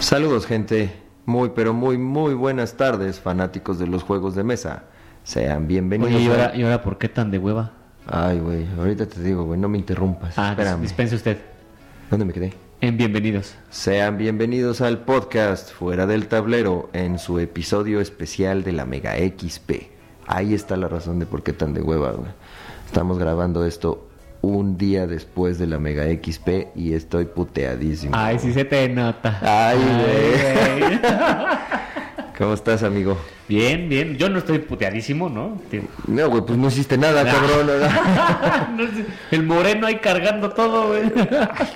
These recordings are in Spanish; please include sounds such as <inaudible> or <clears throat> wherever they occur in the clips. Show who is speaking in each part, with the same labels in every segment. Speaker 1: Saludos gente, muy pero muy muy buenas tardes fanáticos de los juegos de mesa. Sean bienvenidos.
Speaker 2: Oye, ¿y
Speaker 1: a-
Speaker 2: ahora, ¿y ahora por qué tan de hueva?
Speaker 1: Ay, güey, ahorita te digo, güey, no me interrumpas.
Speaker 2: Ah, dis-
Speaker 1: Espérame.
Speaker 2: dispense usted.
Speaker 1: ¿Dónde me quedé?
Speaker 2: En bienvenidos.
Speaker 1: Sean bienvenidos al podcast Fuera del Tablero en su episodio especial de la Mega XP. Ahí está la razón de por qué tan de hueva, güey. Estamos grabando esto un día después de la Mega XP y estoy puteadísimo.
Speaker 2: Ay, sí se te nota.
Speaker 1: Ay,
Speaker 2: güey.
Speaker 1: <laughs> ¿Cómo estás, amigo?
Speaker 2: Bien, bien. Yo no estoy puteadísimo, ¿no? Te-
Speaker 1: No, güey, pues no hiciste nada, cabrón.
Speaker 2: <laughs> No sé, El moreno ahí cargando todo, güey.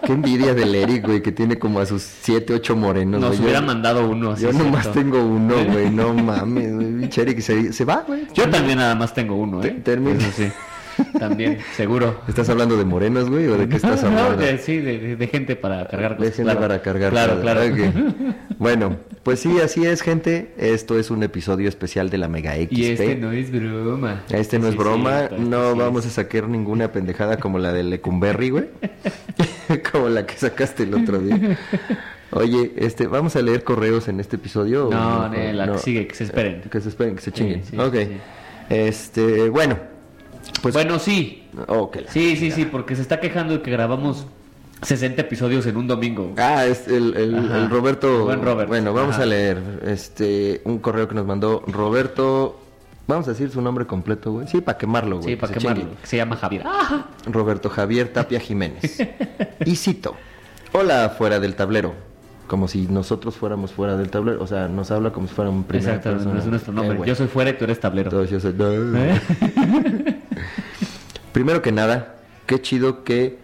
Speaker 1: Qué envidia del Eric, güey, que tiene como a sus 7, 8 morenos.
Speaker 2: Nos
Speaker 1: güey.
Speaker 2: hubiera
Speaker 1: Yo-
Speaker 2: mandado uno. sí
Speaker 1: Yo
Speaker 2: es
Speaker 1: nomás
Speaker 2: cierto.
Speaker 1: tengo uno, güey, no mames, güey. pinche Eric se, se va, güey.
Speaker 2: Yo también nada más tengo uno, ¿eh?
Speaker 1: Te- termina.
Speaker 2: Eso sí. También, seguro.
Speaker 1: ¿Estás hablando de morenos, güey, o de qué estás
Speaker 2: <laughs> No, no,
Speaker 1: hablando?
Speaker 2: de- sí, de, de- de gente para cargar cosas.
Speaker 1: De gente
Speaker 2: claro.
Speaker 1: para cargar.
Speaker 2: Claro, claro.
Speaker 1: cosas, ok. Bueno, pues sí, así es, gente. Esto es un episodio especial de la Mega XP.
Speaker 2: <laughs> Y este no es broma.
Speaker 1: Este no
Speaker 2: Sí,
Speaker 1: es broma,
Speaker 2: cierto, este
Speaker 1: no
Speaker 2: sí
Speaker 1: vamos
Speaker 2: es.
Speaker 1: a sacar ninguna pendejada como la de Lecumberri, güey. <laughs> como la que sacaste el otro día. Oye, este, ¿vamos a leer correos en este episodio? o
Speaker 2: No,
Speaker 1: mejor?
Speaker 2: no, la que sigue, que se esperen.
Speaker 1: Que se esperen, que se
Speaker 2: Sí,
Speaker 1: chinguen.
Speaker 2: sí,
Speaker 1: ok.
Speaker 2: sí, sí.
Speaker 1: Este, bueno. Pues,
Speaker 2: Bueno, sí.
Speaker 1: oh, que la-
Speaker 2: Sí, sí, sí, porque se está quejando de que grabamos 60 episodios en un domingo.
Speaker 1: Ah, es el, el-
Speaker 2: Ajá.
Speaker 1: el Roberto.
Speaker 2: Buen Robert.
Speaker 1: Bueno, vamos
Speaker 2: Ajá.
Speaker 1: a leer este un correo que nos mandó Roberto. Vamos a decir su nombre completo, güey. Sí, para quemarlo, güey.
Speaker 2: sí, para
Speaker 1: que se
Speaker 2: quemarlo.
Speaker 1: chingue.
Speaker 2: que Se llama Javier. Ah,
Speaker 1: Roberto Javier Tapia Jiménez. Y cito, hola fuera del tablero. Como si nosotros fuéramos fuera del tablero. O sea, nos habla como si fuéramos primera
Speaker 2: exacto,
Speaker 1: persona.
Speaker 2: no es nuestro
Speaker 1: Eh,
Speaker 2: nombre.
Speaker 1: güey.
Speaker 2: Yo soy fuera y tú eres tablero.
Speaker 1: Entonces yo soy- No.
Speaker 2: ¿Eh?
Speaker 1: <laughs> Primero que nada, qué chido que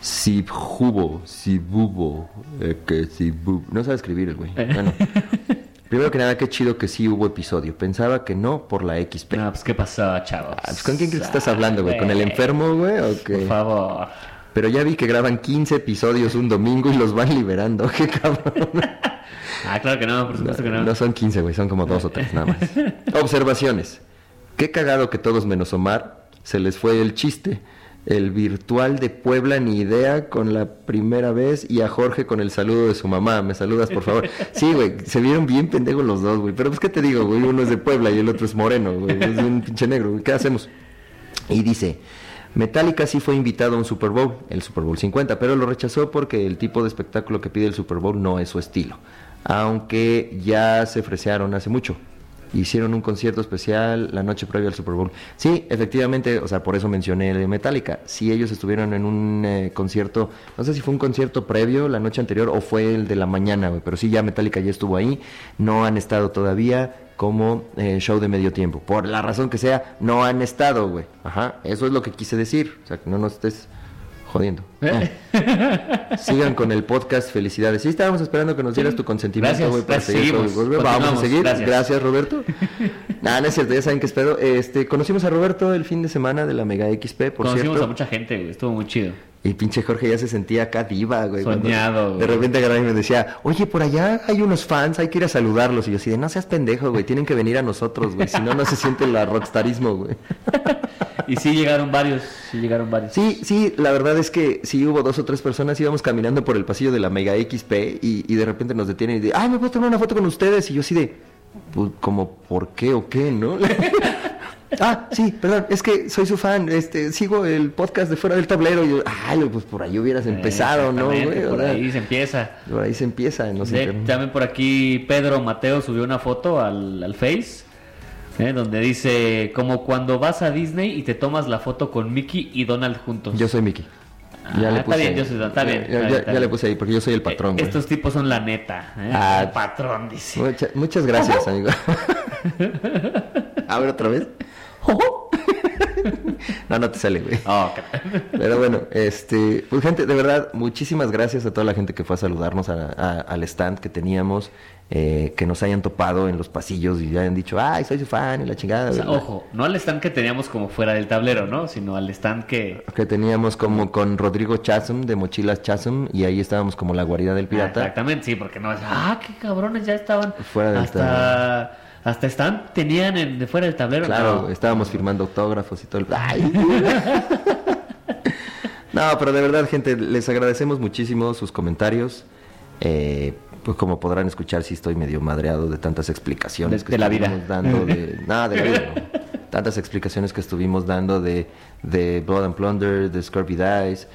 Speaker 1: Sibjubo, Sibubo, eh, que Sibu- No sabe escribir el güey.
Speaker 2: Eh. <laughs>
Speaker 1: Bueno. Primero que nada, qué chido que sí hubo episodio. Pensaba que no por la XP.
Speaker 2: No, pues qué pasó, chavos.
Speaker 1: Ah, pues, ¿Con quién crees que estás hablando, güey? ¿Con el enfermo, güey? ¿O qué?
Speaker 2: Por favor.
Speaker 1: Pero ya vi que graban 15 episodios un domingo y los van liberando. <laughs> Qué cabrón.
Speaker 2: <laughs> Ah, claro que no, por supuesto que no.
Speaker 1: No son 15, güey, son como dos o tres nada más.
Speaker 2: <laughs>
Speaker 1: Observaciones. Qué cagado que todos menos Omar se les fue el chiste. El virtual de Puebla ni idea con la primera vez y a Jorge con el saludo de su mamá. Me saludas, por favor. Sí, güey, se vieron bien pendejos los dos, güey. Pero pues, ¿qué te digo, güey? Uno es de Puebla y el otro es moreno, güey. Es un pinche negro, güey. ¿Qué hacemos? Y dice, Metallica sí fue invitado a un Super Bowl, el Super Bowl 50, pero lo rechazó porque el tipo de espectáculo que pide el Super Bowl no es su estilo. Aunque ya se fresearon hace mucho. Hicieron un concierto especial la noche previa al Super Bowl. Sí, efectivamente, o sea, por eso mencioné el de Metallica. Sí, ellos estuvieron en un eh, concierto, no sé si fue un concierto previo la noche anterior o fue el de la mañana, güey, pero sí, ya Metallica ya estuvo ahí. No han estado todavía como eh, show de medio tiempo. Por la razón que sea, no han estado, güey. Ajá, eso es lo que quise decir. O sea, que no nos estés jodiendo.
Speaker 2: ¿Eh?
Speaker 1: Ah, Sigan con el podcast, felicidades. Sí, estábamos esperando que nos dieras tu consentimiento,
Speaker 2: Gracias,
Speaker 1: güey, para
Speaker 2: gracias,
Speaker 1: seguir con el
Speaker 2: seguimos,
Speaker 1: golpe. Vamos a
Speaker 2: continuamos,
Speaker 1: seguir. Gracias,
Speaker 2: gracias.
Speaker 1: Roberto. Nada, no es cierto, ya saben que espero. Este, conocimos a Roberto el fin de semana de la Mega XP, por
Speaker 2: Conocimos
Speaker 1: cierto.
Speaker 2: a mucha gente, güey. Estuvo muy chido.
Speaker 1: Y pinche Jorge ya se sentía acá diva, güey. cuando
Speaker 2: Soñado,
Speaker 1: De
Speaker 2: güey.
Speaker 1: repente agarraba y me decía, oye, por allá hay unos fans, hay que ir a saludarlos. Y yo así de, no seas pendejo, güey, tienen que venir a nosotros, güey. Si no, no se siente el rockstarismo, güey.
Speaker 2: <laughs> Y sí llegaron varios. Sí llegaron varios.
Speaker 1: Sí, sí, la verdad es que sí hubo dos o tres personas, íbamos caminando por el pasillo de la Mega XP y, y de repente nos detienen y dicen, ay, ¿me puedo tomar una foto con ustedes? Y yo así de, pues, como, ¿por qué o qué, no? <laughs> ah, sí, perdón, es que soy su fan, este, sigo el podcast de Fuera del Tablero. Y yo, ay, pues por ahí hubieras empezado, ¿no,
Speaker 2: Exactamente,
Speaker 1: güey? O
Speaker 2: Por
Speaker 1: sea,
Speaker 2: ahí se empieza.
Speaker 1: Por ahí se empieza, no sé.
Speaker 2: De-
Speaker 1: qué.
Speaker 2: también por aquí Pedro Mateo subió una foto al, al Face, ¿eh? donde dice, como cuando vas a Disney y te tomas la foto con Mickey y Donald juntos.
Speaker 1: Yo soy Mickey.
Speaker 2: Ah,
Speaker 1: le
Speaker 2: está
Speaker 1: puse
Speaker 2: bien,
Speaker 1: ahí.
Speaker 2: yo soy- está bien,
Speaker 1: Ya-
Speaker 2: está
Speaker 1: ya-
Speaker 2: bien, está
Speaker 1: ya le
Speaker 2: bien.
Speaker 1: puse ahí porque yo soy el patrón.
Speaker 2: Eh,
Speaker 1: güey.
Speaker 2: Estos tipos son la neta. ¿eh?
Speaker 1: Ah.
Speaker 2: El patrón, dice.
Speaker 1: Mucha- muchas gracias,
Speaker 2: <laughs>
Speaker 1: amigo. A ver, otra vez. <laughs> no, no te sale, güey.
Speaker 2: Oh, ca-
Speaker 1: <laughs> Pero bueno, este, pues gente, de verdad, muchísimas gracias a toda la gente que fue a saludarnos a- a- al stand que teníamos, eh, que nos hayan topado en los pasillos y hayan dicho, ay, soy su fan y la chingada.
Speaker 2: o sea,
Speaker 1: ¿verdad?
Speaker 2: ojo, no al stand que teníamos como fuera del tablero, ¿no? Sino al stand que...
Speaker 1: Que teníamos como con Rodrigo Chasm de Mochilas Chasm y ahí estábamos como la guarida del
Speaker 2: Ah,
Speaker 1: pirata.
Speaker 2: exactamente, sí, porque no es... Ah, qué cabrones, ya estaban...
Speaker 1: Fuera del
Speaker 2: hasta, hasta stand tenían en, de fuera del tablero.
Speaker 1: Claro,
Speaker 2: no. <laughs>
Speaker 1: estábamos firmando autógrafos y todo el... ¡Ay! <laughs> No, pero de verdad, gente, les agradecemos muchísimo sus comentarios. Eh, pues como podrán escuchar, sí estoy medio madreado de tantas explicaciones
Speaker 2: De- de la
Speaker 1: estuvimos
Speaker 2: vida.
Speaker 1: dando
Speaker 2: <laughs>
Speaker 1: de. Nada, de la vida. no. Tantas explicaciones que estuvimos dando de, de Blood and Plunder, de Scorpid Eyes.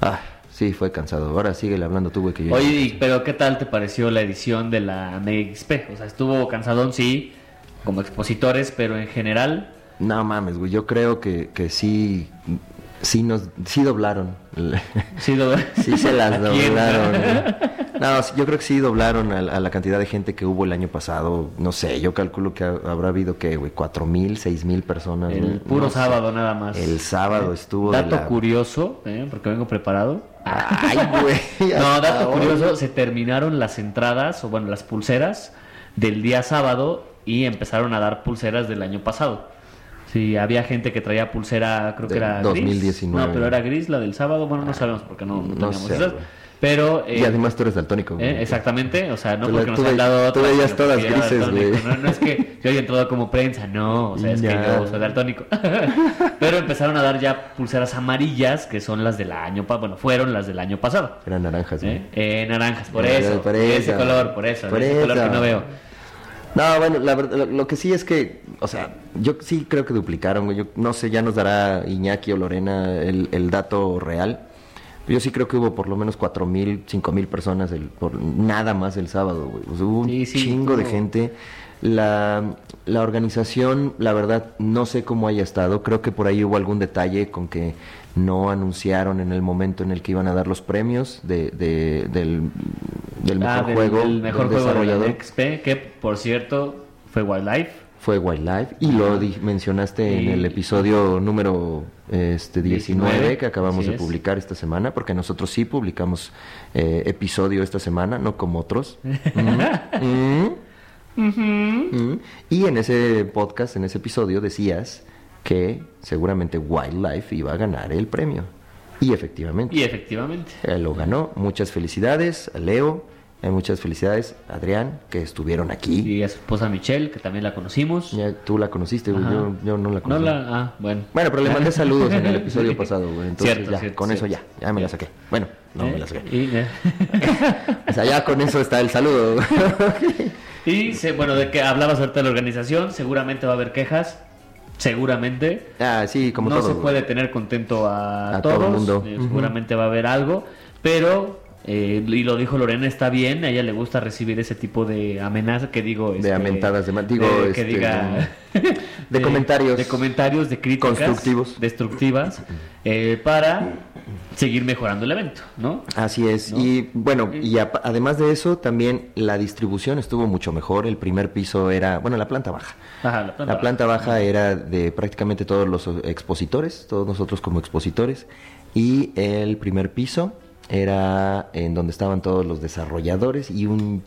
Speaker 1: Ah, sí, fue cansado. Ahora síguele hablando tú, güey, que yo.
Speaker 2: Oye, y- pero ¿qué tal te pareció la edición de la Mega XP? O sea, estuvo cansadón, sí, como expositores, pero en general,
Speaker 1: No mames, güey. Yo creo que, que sí. Sí, nos, sí doblaron.
Speaker 2: <laughs> sí, lo-
Speaker 1: <laughs> Sí se las
Speaker 2: <laughs> ¿A quién?
Speaker 1: doblaron. ¿eh?
Speaker 2: <laughs>
Speaker 1: No, sí, yo creo que sí doblaron a, a la cantidad de gente que hubo el año pasado. No sé, yo calculo que ha- habrá habido que, güey, cuatro mil, seis mil personas. güey.
Speaker 2: <laughs> El puro
Speaker 1: No sé.
Speaker 2: sábado nada más.
Speaker 1: El sábado
Speaker 2: Eh,
Speaker 1: estuvo. de
Speaker 2: Dato
Speaker 1: la-
Speaker 2: curioso, eh, porque vengo preparado.
Speaker 1: Ay, güey.
Speaker 2: No,
Speaker 1: hasta
Speaker 2: dato
Speaker 1: hoy.
Speaker 2: curioso, se terminaron las entradas, o bueno, las pulseras del día sábado y empezaron a dar pulseras del año pasado. Sí, había gente que traía pulsera, creo que
Speaker 1: Del
Speaker 2: era
Speaker 1: 2019.
Speaker 2: gris. No, pero era gris la del sábado, bueno, no sabemos porque no, no
Speaker 1: Ah, No
Speaker 2: teníamos
Speaker 1: sé,
Speaker 2: esas.
Speaker 1: güey.
Speaker 2: Pero eh,
Speaker 1: Y además tú eres daltónico.
Speaker 2: eh,
Speaker 1: güey.
Speaker 2: exactamente, o sea, no
Speaker 1: Tú la-
Speaker 2: porque nos
Speaker 1: tú
Speaker 2: han
Speaker 1: ve-
Speaker 2: dado
Speaker 1: tú
Speaker 2: otras,
Speaker 1: veías
Speaker 2: sino
Speaker 1: todas
Speaker 2: porque yo era
Speaker 1: grises, güey.
Speaker 2: daltónico. No, no es que yo haya entrado como prensa, no, o sea, es
Speaker 1: Ya.
Speaker 2: que yo soy daltónico. pero empezaron a dar ya pulseras amarillas, que son las del año, pa- bueno, fueron las del año pasado.
Speaker 1: Eran naranjas, güey.
Speaker 2: ¿Eh? Eh, naranjas, por
Speaker 1: Naranjas,
Speaker 2: eso.
Speaker 1: por
Speaker 2: de ese
Speaker 1: eso.
Speaker 2: color, por eso. de
Speaker 1: Por
Speaker 2: ese color
Speaker 1: eso.
Speaker 2: que no veo.
Speaker 1: No, bueno, la verdad, lo- lo que sí es que, o sea, yo sí creo que duplicaron, güey. Yo no sé, ya nos dará Iñaki o Lorena el, el dato real. Yo sí creo que hubo por lo menos cuatro mil, cinco mil personas el, por nada más el sábado, güey. O sea, hubo un
Speaker 2: Sí, sí,
Speaker 1: chingo de
Speaker 2: estuvo-
Speaker 1: gente. La, la organización, la verdad, no sé cómo haya estado. Creo que por ahí hubo algún detalle con que no anunciaron en el momento en el que iban a dar los premios de, de- del, del mejor
Speaker 2: Ah, del-
Speaker 1: juego,
Speaker 2: del
Speaker 1: del
Speaker 2: mejor juego de la
Speaker 1: desarrollador.
Speaker 2: NXP, que por cierto fue Wildlife.
Speaker 1: Fue Wildlife y lo di- mencionaste en
Speaker 2: Y-
Speaker 1: el episodio número este, 19,
Speaker 2: 19,
Speaker 1: que acabamos
Speaker 2: así
Speaker 1: de
Speaker 2: es.
Speaker 1: publicar esta semana, porque nosotros sí publicamos eh, episodio esta semana, no como
Speaker 2: <laughs>
Speaker 1: otros. Mm, mm, mm. Y en ese podcast, en ese episodio, decías que seguramente Wildlife iba a ganar el premio. Y efectivamente.
Speaker 2: Y efectivamente.
Speaker 1: Eh, lo ganó. Muchas felicidades a Leo, eh, muchas felicidades a Adrián, que estuvieron aquí.
Speaker 2: Y a su esposa Michelle, que también la conocimos.
Speaker 1: Ya, tú la conociste, güey.
Speaker 2: Ajá.
Speaker 1: Yo, yo no la
Speaker 2: No
Speaker 1: conocí.
Speaker 2: la. Ah, bueno.
Speaker 1: Bueno, pero le
Speaker 2: <laughs>
Speaker 1: mandé saludos en el episodio pasado, güey. Entonces,
Speaker 2: Cierto,
Speaker 1: ya,
Speaker 2: cierto,
Speaker 1: con eso ya.
Speaker 2: cierto.
Speaker 1: Ya me la saqué. Bueno, no me la saqué.
Speaker 2: Y, eh,
Speaker 1: <laughs> O sea, ya con eso está el saludo.
Speaker 2: <laughs> y se- bueno, de que hablabas ahorita de la organización, seguramente va a haber quejas. Seguramente.
Speaker 1: ah, sí, como
Speaker 2: no
Speaker 1: todo.
Speaker 2: se
Speaker 1: güey.
Speaker 2: puede tener contento a,
Speaker 1: A todo
Speaker 2: todos.
Speaker 1: el mundo.
Speaker 2: eh,
Speaker 1: Ujú.
Speaker 2: Seguramente va a haber algo, pero eh, y lo dijo Lorena está bien. A ella le gusta recibir ese tipo de amenazas que digo. este,
Speaker 1: amentadas de ma- digo, este,
Speaker 2: eh, que diga
Speaker 1: de comentarios.
Speaker 2: de comentarios, de críticas
Speaker 1: Constructivos.
Speaker 2: destructivas, eh, para seguir mejorando el evento, ¿no?
Speaker 1: Así es.
Speaker 2: ¿no?
Speaker 1: Y bueno, y apa- además de eso, también la distribución estuvo mucho mejor. El primer piso era, bueno, la planta baja.
Speaker 2: Ajá, la planta.
Speaker 1: La planta baja era de prácticamente todos los expositores, todos nosotros como expositores, y el primer piso era en donde estaban todos los desarrolladores y un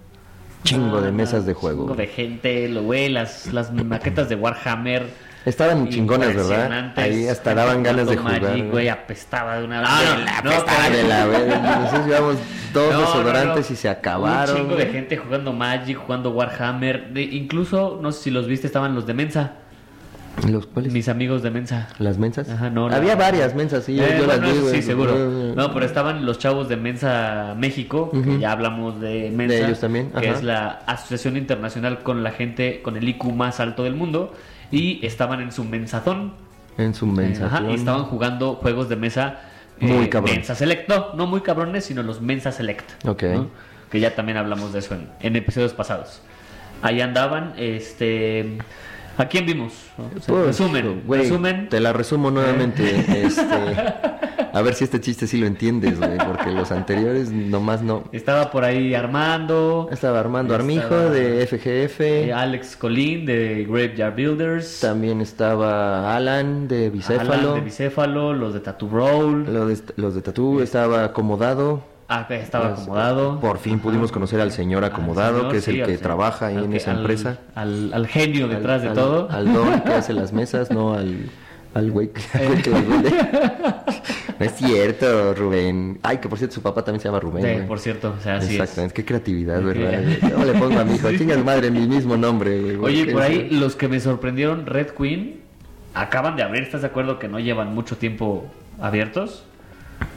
Speaker 1: chingo de
Speaker 2: Ah,
Speaker 1: mesas de juego.
Speaker 2: Chingo de gente, lo güey, las, las maquetas de Warhammer.
Speaker 1: Estaban chingonas, ¿verdad?
Speaker 2: Impresionantes.
Speaker 1: Ahí hasta daban ganas de
Speaker 2: Jugando
Speaker 1: jugar.
Speaker 2: Magic, güey,
Speaker 1: ¿no?
Speaker 2: apestaba de una
Speaker 1: De la pestada de
Speaker 2: <laughs>
Speaker 1: la verga. Nosotros llevamos dos
Speaker 2: No, no,
Speaker 1: desodorantes
Speaker 2: no.
Speaker 1: y se acabaron.
Speaker 2: Un chingo
Speaker 1: güey.
Speaker 2: de gente jugando Magic, jugando Warhammer. De- incluso, no sé si los viste, estaban los de Mensa.
Speaker 1: ¿Los cuáles?
Speaker 2: Mis amigos de Mensa.
Speaker 1: ¿Las mensas?
Speaker 2: Ajá, no, la-
Speaker 1: Había varias mensas, Ah, sí, yo,
Speaker 2: Eh,
Speaker 1: yo las
Speaker 2: bueno,
Speaker 1: vi,
Speaker 2: eso
Speaker 1: güey.
Speaker 2: sí, seguro.
Speaker 1: Eh,
Speaker 2: No, pues, pero estaban los chavos de Mensa México, que
Speaker 1: Ujú.
Speaker 2: ya hablamos de Mensa.
Speaker 1: De ellos también,
Speaker 2: Que
Speaker 1: ajá.
Speaker 2: es la asociación internacional con la gente con el IQ más alto del mundo. Y estaban en su mensazón.
Speaker 1: En su mensa.
Speaker 2: Ajá, y estaban jugando juegos de mesa
Speaker 1: Muy cabrón.
Speaker 2: Mensa Select. No, no muy cabrones, sino los Mensa Select.
Speaker 1: Ok.
Speaker 2: ¿no? Que ya también hablamos de eso en, en episodios pasados. Ahí andaban, este... ¿A quién vimos? ¿No? O sea,
Speaker 1: Pues,
Speaker 2: resumen,
Speaker 1: güey,
Speaker 2: resumen. Eh.
Speaker 1: Te la resumo nuevamente.
Speaker 2: <laughs>
Speaker 1: este, a ver si este chiste sí lo entiendes, güey, porque los anteriores nomás no.
Speaker 2: Estaba por ahí Armando,
Speaker 1: Estaba Armando Armijo
Speaker 2: Estaba-
Speaker 1: de FGF.
Speaker 2: eh, Alex Colín de Graveyard Builders,
Speaker 1: También estaba Alan de Bicéfalo.
Speaker 2: Alan de Bicéfalo, los de Tattoo Roll. Este.
Speaker 1: Lo de- los de Tatú estaba acomodado.
Speaker 2: Ah, que estaba
Speaker 1: Los-
Speaker 2: acomodado.
Speaker 1: Pues, Por fin pudimos conocer al señor
Speaker 2: Al
Speaker 1: acomodado,
Speaker 2: señor,
Speaker 1: que es
Speaker 2: sí,
Speaker 1: el
Speaker 2: al
Speaker 1: que
Speaker 2: señor.
Speaker 1: trabaja ahí
Speaker 2: Al
Speaker 1: en
Speaker 2: que-
Speaker 1: esa
Speaker 2: al-
Speaker 1: empresa.
Speaker 2: Al, al genio detrás
Speaker 1: al,
Speaker 2: de
Speaker 1: al-
Speaker 2: todo.
Speaker 1: Al don
Speaker 2: <laughs>
Speaker 1: que hace las mesas, no al, al güey que, al
Speaker 2: Eh.
Speaker 1: güey <laughs> que las
Speaker 2: <laughs>
Speaker 1: vende. No es cierto, Rubén. Ay, que por cierto, su papá también se llama Rubén.
Speaker 2: Sí,
Speaker 1: güey.
Speaker 2: por cierto, o sea, así es.
Speaker 1: Exactamente, qué creatividad,
Speaker 2: Sí.
Speaker 1: ¿verdad? Yo le pongo a
Speaker 2: <laughs>
Speaker 1: mi hijo, chinga su madre, mi mismo nombre, güey.
Speaker 2: Oye,
Speaker 1: Qué
Speaker 2: por ahí
Speaker 1: feo.
Speaker 2: los que me sorprendieron, Red Queen, acaban de abrir, ¿estás de acuerdo que no llevan mucho tiempo abiertos?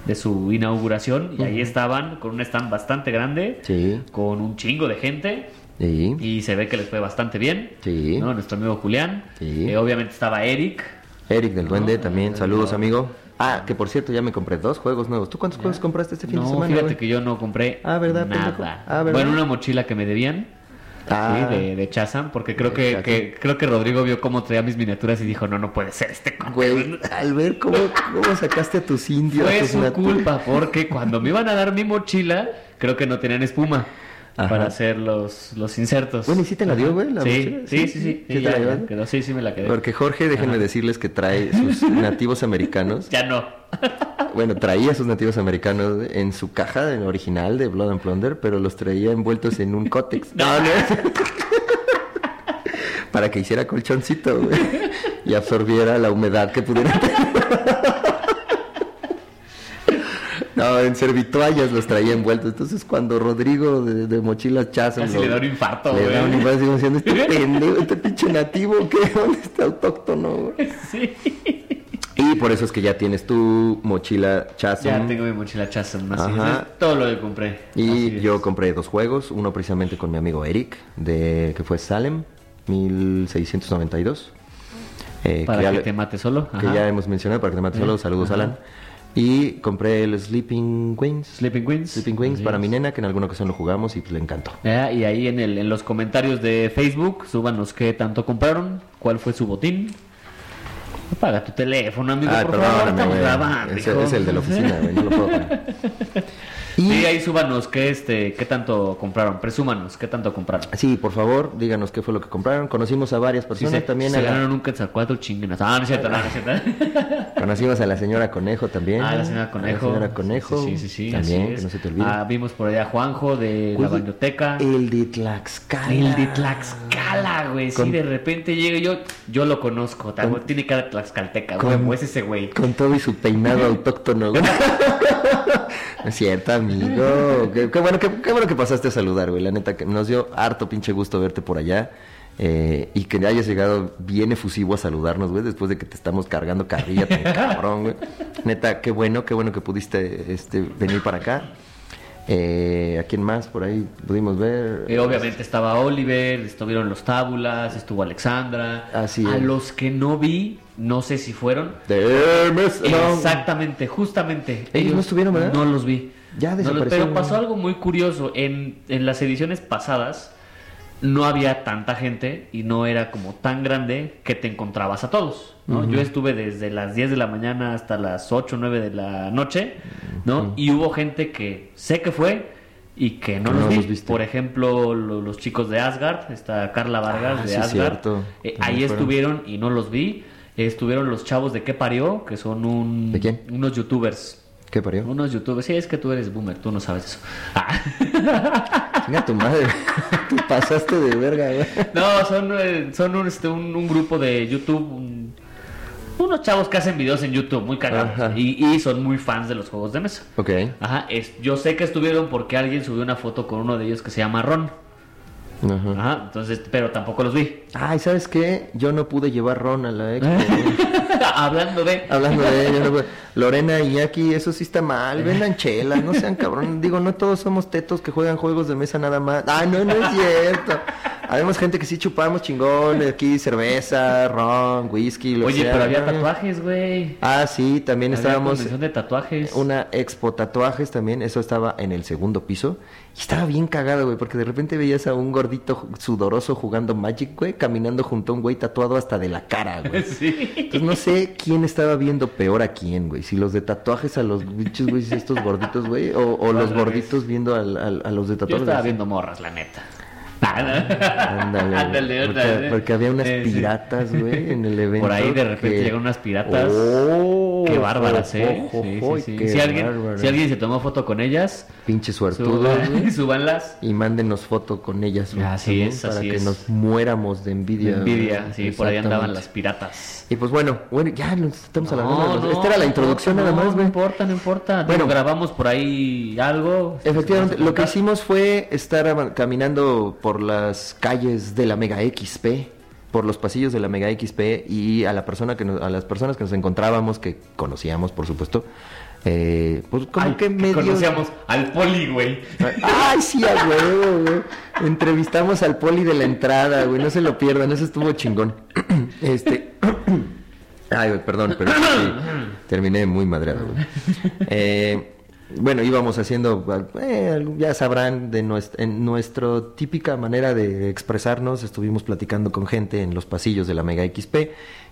Speaker 2: de su inauguración y ahí estaban con un stand bastante grande,
Speaker 1: Sí.
Speaker 2: con un chingo de gente
Speaker 1: Sí.
Speaker 2: y se ve que les fue bastante bien.
Speaker 1: Sí.
Speaker 2: ¿no? Nuestro amigo Julián.
Speaker 1: Sí.
Speaker 2: Eh, obviamente estaba Eric.
Speaker 1: Eric del Duende también, saludos amigo. Ah, que por cierto ya me compré dos juegos nuevos. ¿Tú cuántos juegos compraste este fin
Speaker 2: No,
Speaker 1: de semana?
Speaker 2: fíjate
Speaker 1: güey?
Speaker 2: que yo no compré
Speaker 1: Ah, ¿verdad, pendejo?
Speaker 2: nada.
Speaker 1: Ah, ¿verdad?
Speaker 2: Bueno, una mochila que me debían.
Speaker 1: Ah.
Speaker 2: sí, de, de Chazam, porque creo
Speaker 1: De
Speaker 2: que,
Speaker 1: Chazam.
Speaker 2: que- creo que Rodrigo vio cómo traía mis miniaturas y dijo, no, no puede ser este con
Speaker 1: Güey, al ver cómo, cómo sacaste a tus indios. a
Speaker 2: Fue
Speaker 1: tus
Speaker 2: su
Speaker 1: natu-
Speaker 2: culpa, porque cuando me iban a dar mi mochila, creo que no tenían espuma
Speaker 1: Ajá.
Speaker 2: para hacer los, los insertos.
Speaker 1: Bueno, ¿y sí te la dio, güey, la
Speaker 2: sí,
Speaker 1: mochila?
Speaker 2: sí, sí, sí, sí.
Speaker 1: ¿Sí te
Speaker 2: ya
Speaker 1: la
Speaker 2: me
Speaker 1: llevaste?
Speaker 2: quedó, sí, sí me la quedé.
Speaker 1: Porque Jorge, déjenme decirles que trae
Speaker 2: <laughs>
Speaker 1: sus nativos americanos.
Speaker 2: Ya no.
Speaker 1: Bueno, traía sus nativos americanos en su caja en original de Blood and Plunder, pero los traía envueltos en un
Speaker 2: <laughs>
Speaker 1: cótex. No, no. <laughs> Para que hiciera colchoncito, güey. Y absorbiera la humedad que pudiera tener. <laughs> No, en servituallas los traía envueltos. Entonces, cuando Rodrigo de, de mochilas chazo.
Speaker 2: Casi le da un infarto,
Speaker 1: Le da
Speaker 2: güey.
Speaker 1: un infarto, digo, diciendo,
Speaker 2: <laughs>
Speaker 1: este pendejo, este pinche nativo, ¿qué? ¿Dónde está autóctono, güey?
Speaker 2: Sí.
Speaker 1: Y por eso es que ya tienes tu mochila Chasm.
Speaker 2: Ya tengo mi mochila Chazam, así es,
Speaker 1: Ajá.
Speaker 2: es todo lo que compré. Así
Speaker 1: Y
Speaker 2: es.
Speaker 1: yo compré dos juegos, uno precisamente con mi amigo Eric, de que fue Salem, 1692. eh,
Speaker 2: Para
Speaker 1: ya
Speaker 2: que
Speaker 1: le-
Speaker 2: te mate solo.
Speaker 1: que
Speaker 2: ajá.
Speaker 1: ya hemos mencionado, para que te mates solo, saludos Alan. Y compré el Sleeping Queens.
Speaker 2: Sleeping Queens.
Speaker 1: Sleeping Queens
Speaker 2: Así
Speaker 1: para
Speaker 2: es.
Speaker 1: mi nena, que en alguna ocasión lo jugamos y pues, le encantó.
Speaker 2: Ya, ¿Eh? y ahí en, el, en los comentarios de Facebook, súbanos qué tanto compraron, cuál fue su botín. Apaga tu teléfono, amigo,
Speaker 1: Ay,
Speaker 2: por favor,
Speaker 1: Ah, perdóname,
Speaker 2: estamos
Speaker 1: güey.
Speaker 2: grabando,
Speaker 1: Es,
Speaker 2: hijo.
Speaker 1: es el de la oficina, güey, no lo puedo parar. Y
Speaker 2: <laughs> Sí, ahí súbanos qué, este, qué tanto compraron, presúmanos qué tanto compraron.
Speaker 1: sí, por favor, díganos qué fue lo que compraron. Conocimos a varias
Speaker 2: Si
Speaker 1: personas
Speaker 2: se,
Speaker 1: también.
Speaker 2: se
Speaker 1: a la-
Speaker 2: ganaron un Quetzalcoatl, chinguen a- Ah, no es cierto, no, no es cierto.
Speaker 1: Conocimos a la señora Conejo también.
Speaker 2: Ah, la señora Conejo.
Speaker 1: A la señora Conejo.
Speaker 2: Sí, sí, sí. sí, así
Speaker 1: También,
Speaker 2: es.
Speaker 1: que no se te olvide.
Speaker 2: Ah, vimos por allá a Juanjo de la
Speaker 1: Güey,
Speaker 2: biblioteca.
Speaker 1: El de Tlaxcala.
Speaker 2: El de Tlaxcala, güey.
Speaker 1: Con-
Speaker 2: Sí, de repente llega y yo. Yo lo conozco. tal- tiene cara de Tlaxcalteca, güey.
Speaker 1: con-
Speaker 2: pues ese güey.
Speaker 1: Con todo y su peinado autóctono.
Speaker 2: <laughs>
Speaker 1: güey. No es cierto, amigo. Qué, qué bueno, qué, qué bueno que pasaste a saludar, güey. La neta, que nos dio harto pinche gusto verte por allá. eh, y que hayas llegado bien efusivo a saludarnos, güey, después de que te estamos cargando carrilla
Speaker 2: <laughs>
Speaker 1: tan cabrón, güey. Neta, qué bueno, qué bueno que pudiste este, venir para acá. Eh, ¿A quién más por ahí pudimos ver?
Speaker 2: Eh, obviamente estaba Oliver, estuvieron los Tábulas, estuvo Alexandra.
Speaker 1: Así
Speaker 2: A
Speaker 1: es.
Speaker 2: los que no vi, no sé si fueron.
Speaker 1: De MS, no.
Speaker 2: Exactamente, justamente.
Speaker 1: Ellos no estuvieron, ¿verdad?
Speaker 2: No los vi.
Speaker 1: Ya
Speaker 2: No los-
Speaker 1: desaparecieron.
Speaker 2: pero pasó algo muy curioso. En, en las ediciones pasadas no había tanta gente y no era como tan grande que te encontrabas a todos. ¿no? Yo estuve desde las 10 de la mañana hasta las 8 o 9 de la noche, ¿no? Y hubo gente que sé que fue y que no,
Speaker 1: Que no
Speaker 2: los,
Speaker 1: los
Speaker 2: vi.
Speaker 1: viste.
Speaker 2: Por ejemplo, lo- los chicos de Asgard, está Carla Vargas
Speaker 1: Ah,
Speaker 2: de
Speaker 1: sí,
Speaker 2: Asgard.
Speaker 1: cierto.
Speaker 2: Eh,
Speaker 1: También
Speaker 2: ahí
Speaker 1: fueron.
Speaker 2: estuvieron estuvieron y no los vi. Estuvieron los chavos de qué parió, que son un,
Speaker 1: ¿De quién?
Speaker 2: unos youtubers.
Speaker 1: ¿Qué parió?
Speaker 2: Unos youtubers. Sí, es que tú eres boomer, tú no sabes eso. Ah.
Speaker 1: <laughs> Chinga tu madre. Tú pasaste de verga, güey.
Speaker 2: No, son, eh, son un, este, un, un grupo de YouTube. un- unos chavos que hacen videos en YouTube, muy
Speaker 1: Ajá.
Speaker 2: cagados. Y, y son muy fans de los juegos de mesa.
Speaker 1: Ok.
Speaker 2: Ajá, es- yo sé que estuvieron porque alguien subió una foto con uno de ellos que se llama Ron.
Speaker 1: Ajá.
Speaker 2: Ajá, entonces, pero tampoco los vi.
Speaker 1: Ay, ¿sabes qué? Yo no pude llevar Ron a la expo. güey.
Speaker 2: <laughs> Hablando ¿Eh?
Speaker 1: <laughs>
Speaker 2: de.
Speaker 1: Hablando de ello, no pude. Lorena y Iñaki, eso sí está mal.
Speaker 2: ¿Eh?
Speaker 1: Vendan chelas, no sean
Speaker 2: <laughs>
Speaker 1: cabrón. Digo, no todos somos tetos que juegan juegos de mesa nada más. Ay, no, no es cierto. Habemos gente que sí chupamos chingón. Aquí cerveza, ron, whisky, lo que
Speaker 2: Oye,
Speaker 1: sea,
Speaker 2: pero había
Speaker 1: ¿no?
Speaker 2: tatuajes, güey.
Speaker 1: Ah, sí, también
Speaker 2: Había
Speaker 1: estábamos
Speaker 2: convención de tatuajes.
Speaker 1: Una expo tatuajes también, eso estaba en el segundo piso. Y estaba bien cagado, güey, porque de repente veías a un gordito ju- sudoroso jugando Magic, güey, caminando junto a un güey tatuado hasta de la cara, güey.
Speaker 2: <laughs> Sí.
Speaker 1: Entonces no sé quién estaba viendo peor a quién, güey. Si los de tatuajes a los bichos, güey, estos gorditos, güey, o, o los
Speaker 2: al revés.
Speaker 1: gorditos viendo al- al- a los de
Speaker 2: Yo
Speaker 1: tatuajes.
Speaker 2: estaba viendo morras, la neta.
Speaker 1: Ándale, güey.
Speaker 2: Ándale,
Speaker 1: porque,
Speaker 2: ándale.
Speaker 1: porque había unas
Speaker 2: Eh, sí.
Speaker 1: piratas, güey, en el evento.
Speaker 2: Por ahí de repente
Speaker 1: que-
Speaker 2: llegan unas piratas.
Speaker 1: ¡Oh!
Speaker 2: Qué bárbaras, eh.
Speaker 1: Ojo,
Speaker 2: Sí,
Speaker 1: ojo,
Speaker 2: sí, sí.
Speaker 1: qué
Speaker 2: Si, alguien,
Speaker 1: bárbaras.
Speaker 2: si alguien se tomó foto con ellas,
Speaker 1: Pinche suertudo.
Speaker 2: suban- <laughs> súbanlas.
Speaker 1: Y mándenos foto con ellas. güey,
Speaker 2: Así
Speaker 1: también,
Speaker 2: es,
Speaker 1: Para
Speaker 2: así
Speaker 1: que
Speaker 2: es.
Speaker 1: nos muéramos de envidia. güey.
Speaker 2: Envidia, sí, por ahí andaban las
Speaker 1: Exactamente.
Speaker 2: piratas.
Speaker 1: Y pues bueno, bueno, ya nos estamos
Speaker 2: No,
Speaker 1: alargando. los-
Speaker 2: no,
Speaker 1: Esta era la
Speaker 2: no
Speaker 1: introducción nada
Speaker 2: importa, no,
Speaker 1: más,
Speaker 2: No
Speaker 1: güey.
Speaker 2: importa, no importa. Digo,
Speaker 1: Bueno.
Speaker 2: grabamos por ahí algo. este,
Speaker 1: Efectivamente, lo que
Speaker 2: sí
Speaker 1: hicimos fue estar avan- caminando por las calles de la Mega XP, por los pasillos de la Mega XP y a la persona que nos- a las personas que nos encontrábamos que conocíamos, por supuesto, eh, pues como
Speaker 2: Ay,
Speaker 1: que medio...
Speaker 2: Conocíamos al poli, güey.
Speaker 1: Ay, sí, a huevo, güey. Entrevistamos al poli de la entrada, güey. No se lo pierdan, eso estuvo chingón. <clears throat> Este. <clears throat> Ay, güey, perdón, pero sí,
Speaker 2: Mm,
Speaker 1: terminé muy madreado, <laughs> güey. Eh, bueno, íbamos haciendo, eh, ya sabrán, de nuestra, en nuestra típica manera de expresarnos, estuvimos platicando con gente en los pasillos de la Mega XP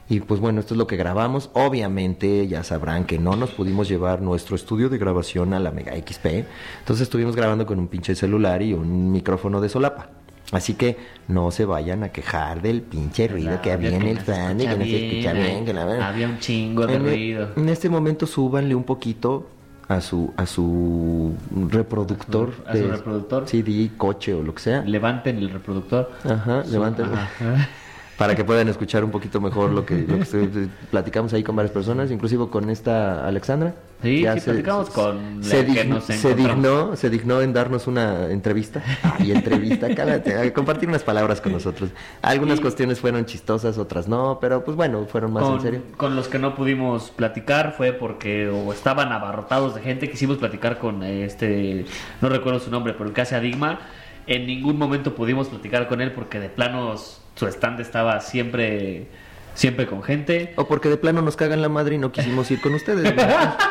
Speaker 1: y pues bueno, esto es lo que grabamos. Obviamente ya sabrán que no nos pudimos llevar nuestro estudio de grabación a la Mega XP, entonces estuvimos grabando con un pinche celular y un micrófono de solapa. Así que no se vayan a quejar del pinche ruido que había en el fan y que no se escucha bien, que la verdad.
Speaker 2: Había un chingo de
Speaker 1: En,
Speaker 2: ruido.
Speaker 1: en este momento súbanle un poquito a su a su reproductor
Speaker 2: A su reproductor.
Speaker 1: CD, coche o lo que sea.
Speaker 2: Levanten el reproductor.
Speaker 1: Ajá,
Speaker 2: Su-
Speaker 1: levanten. Ah,
Speaker 2: <laughs> ajá.
Speaker 1: <laughs> Para que puedan escuchar un poquito mejor lo que, lo que se- platicamos ahí con varias personas, inclusive con esta Alexandra.
Speaker 2: Sí,
Speaker 1: Ya
Speaker 2: sí, platicamos con la
Speaker 1: se,
Speaker 2: que
Speaker 1: dign-
Speaker 2: nos
Speaker 1: se
Speaker 2: encontramos.
Speaker 1: dignó, se dignó en darnos una
Speaker 2: <laughs>
Speaker 1: entrevista. Y entrevista, cállate, a compartir unas palabras con nosotros. Algunas
Speaker 2: Y-
Speaker 1: cuestiones fueron chistosas, otras no, pero pues bueno, fueron más
Speaker 2: con,
Speaker 1: en serio.
Speaker 2: con los que no pudimos platicar fue porque o estaban abarrotados de gente. Quisimos platicar con eh, este, no recuerdo su nombre, pero el que hace a Digma. En ningún momento pudimos platicar con él porque de planos su stand estaba siempre, siempre con gente.
Speaker 1: O porque de plano nos cagan la madre y no quisimos ir con ustedes. güey.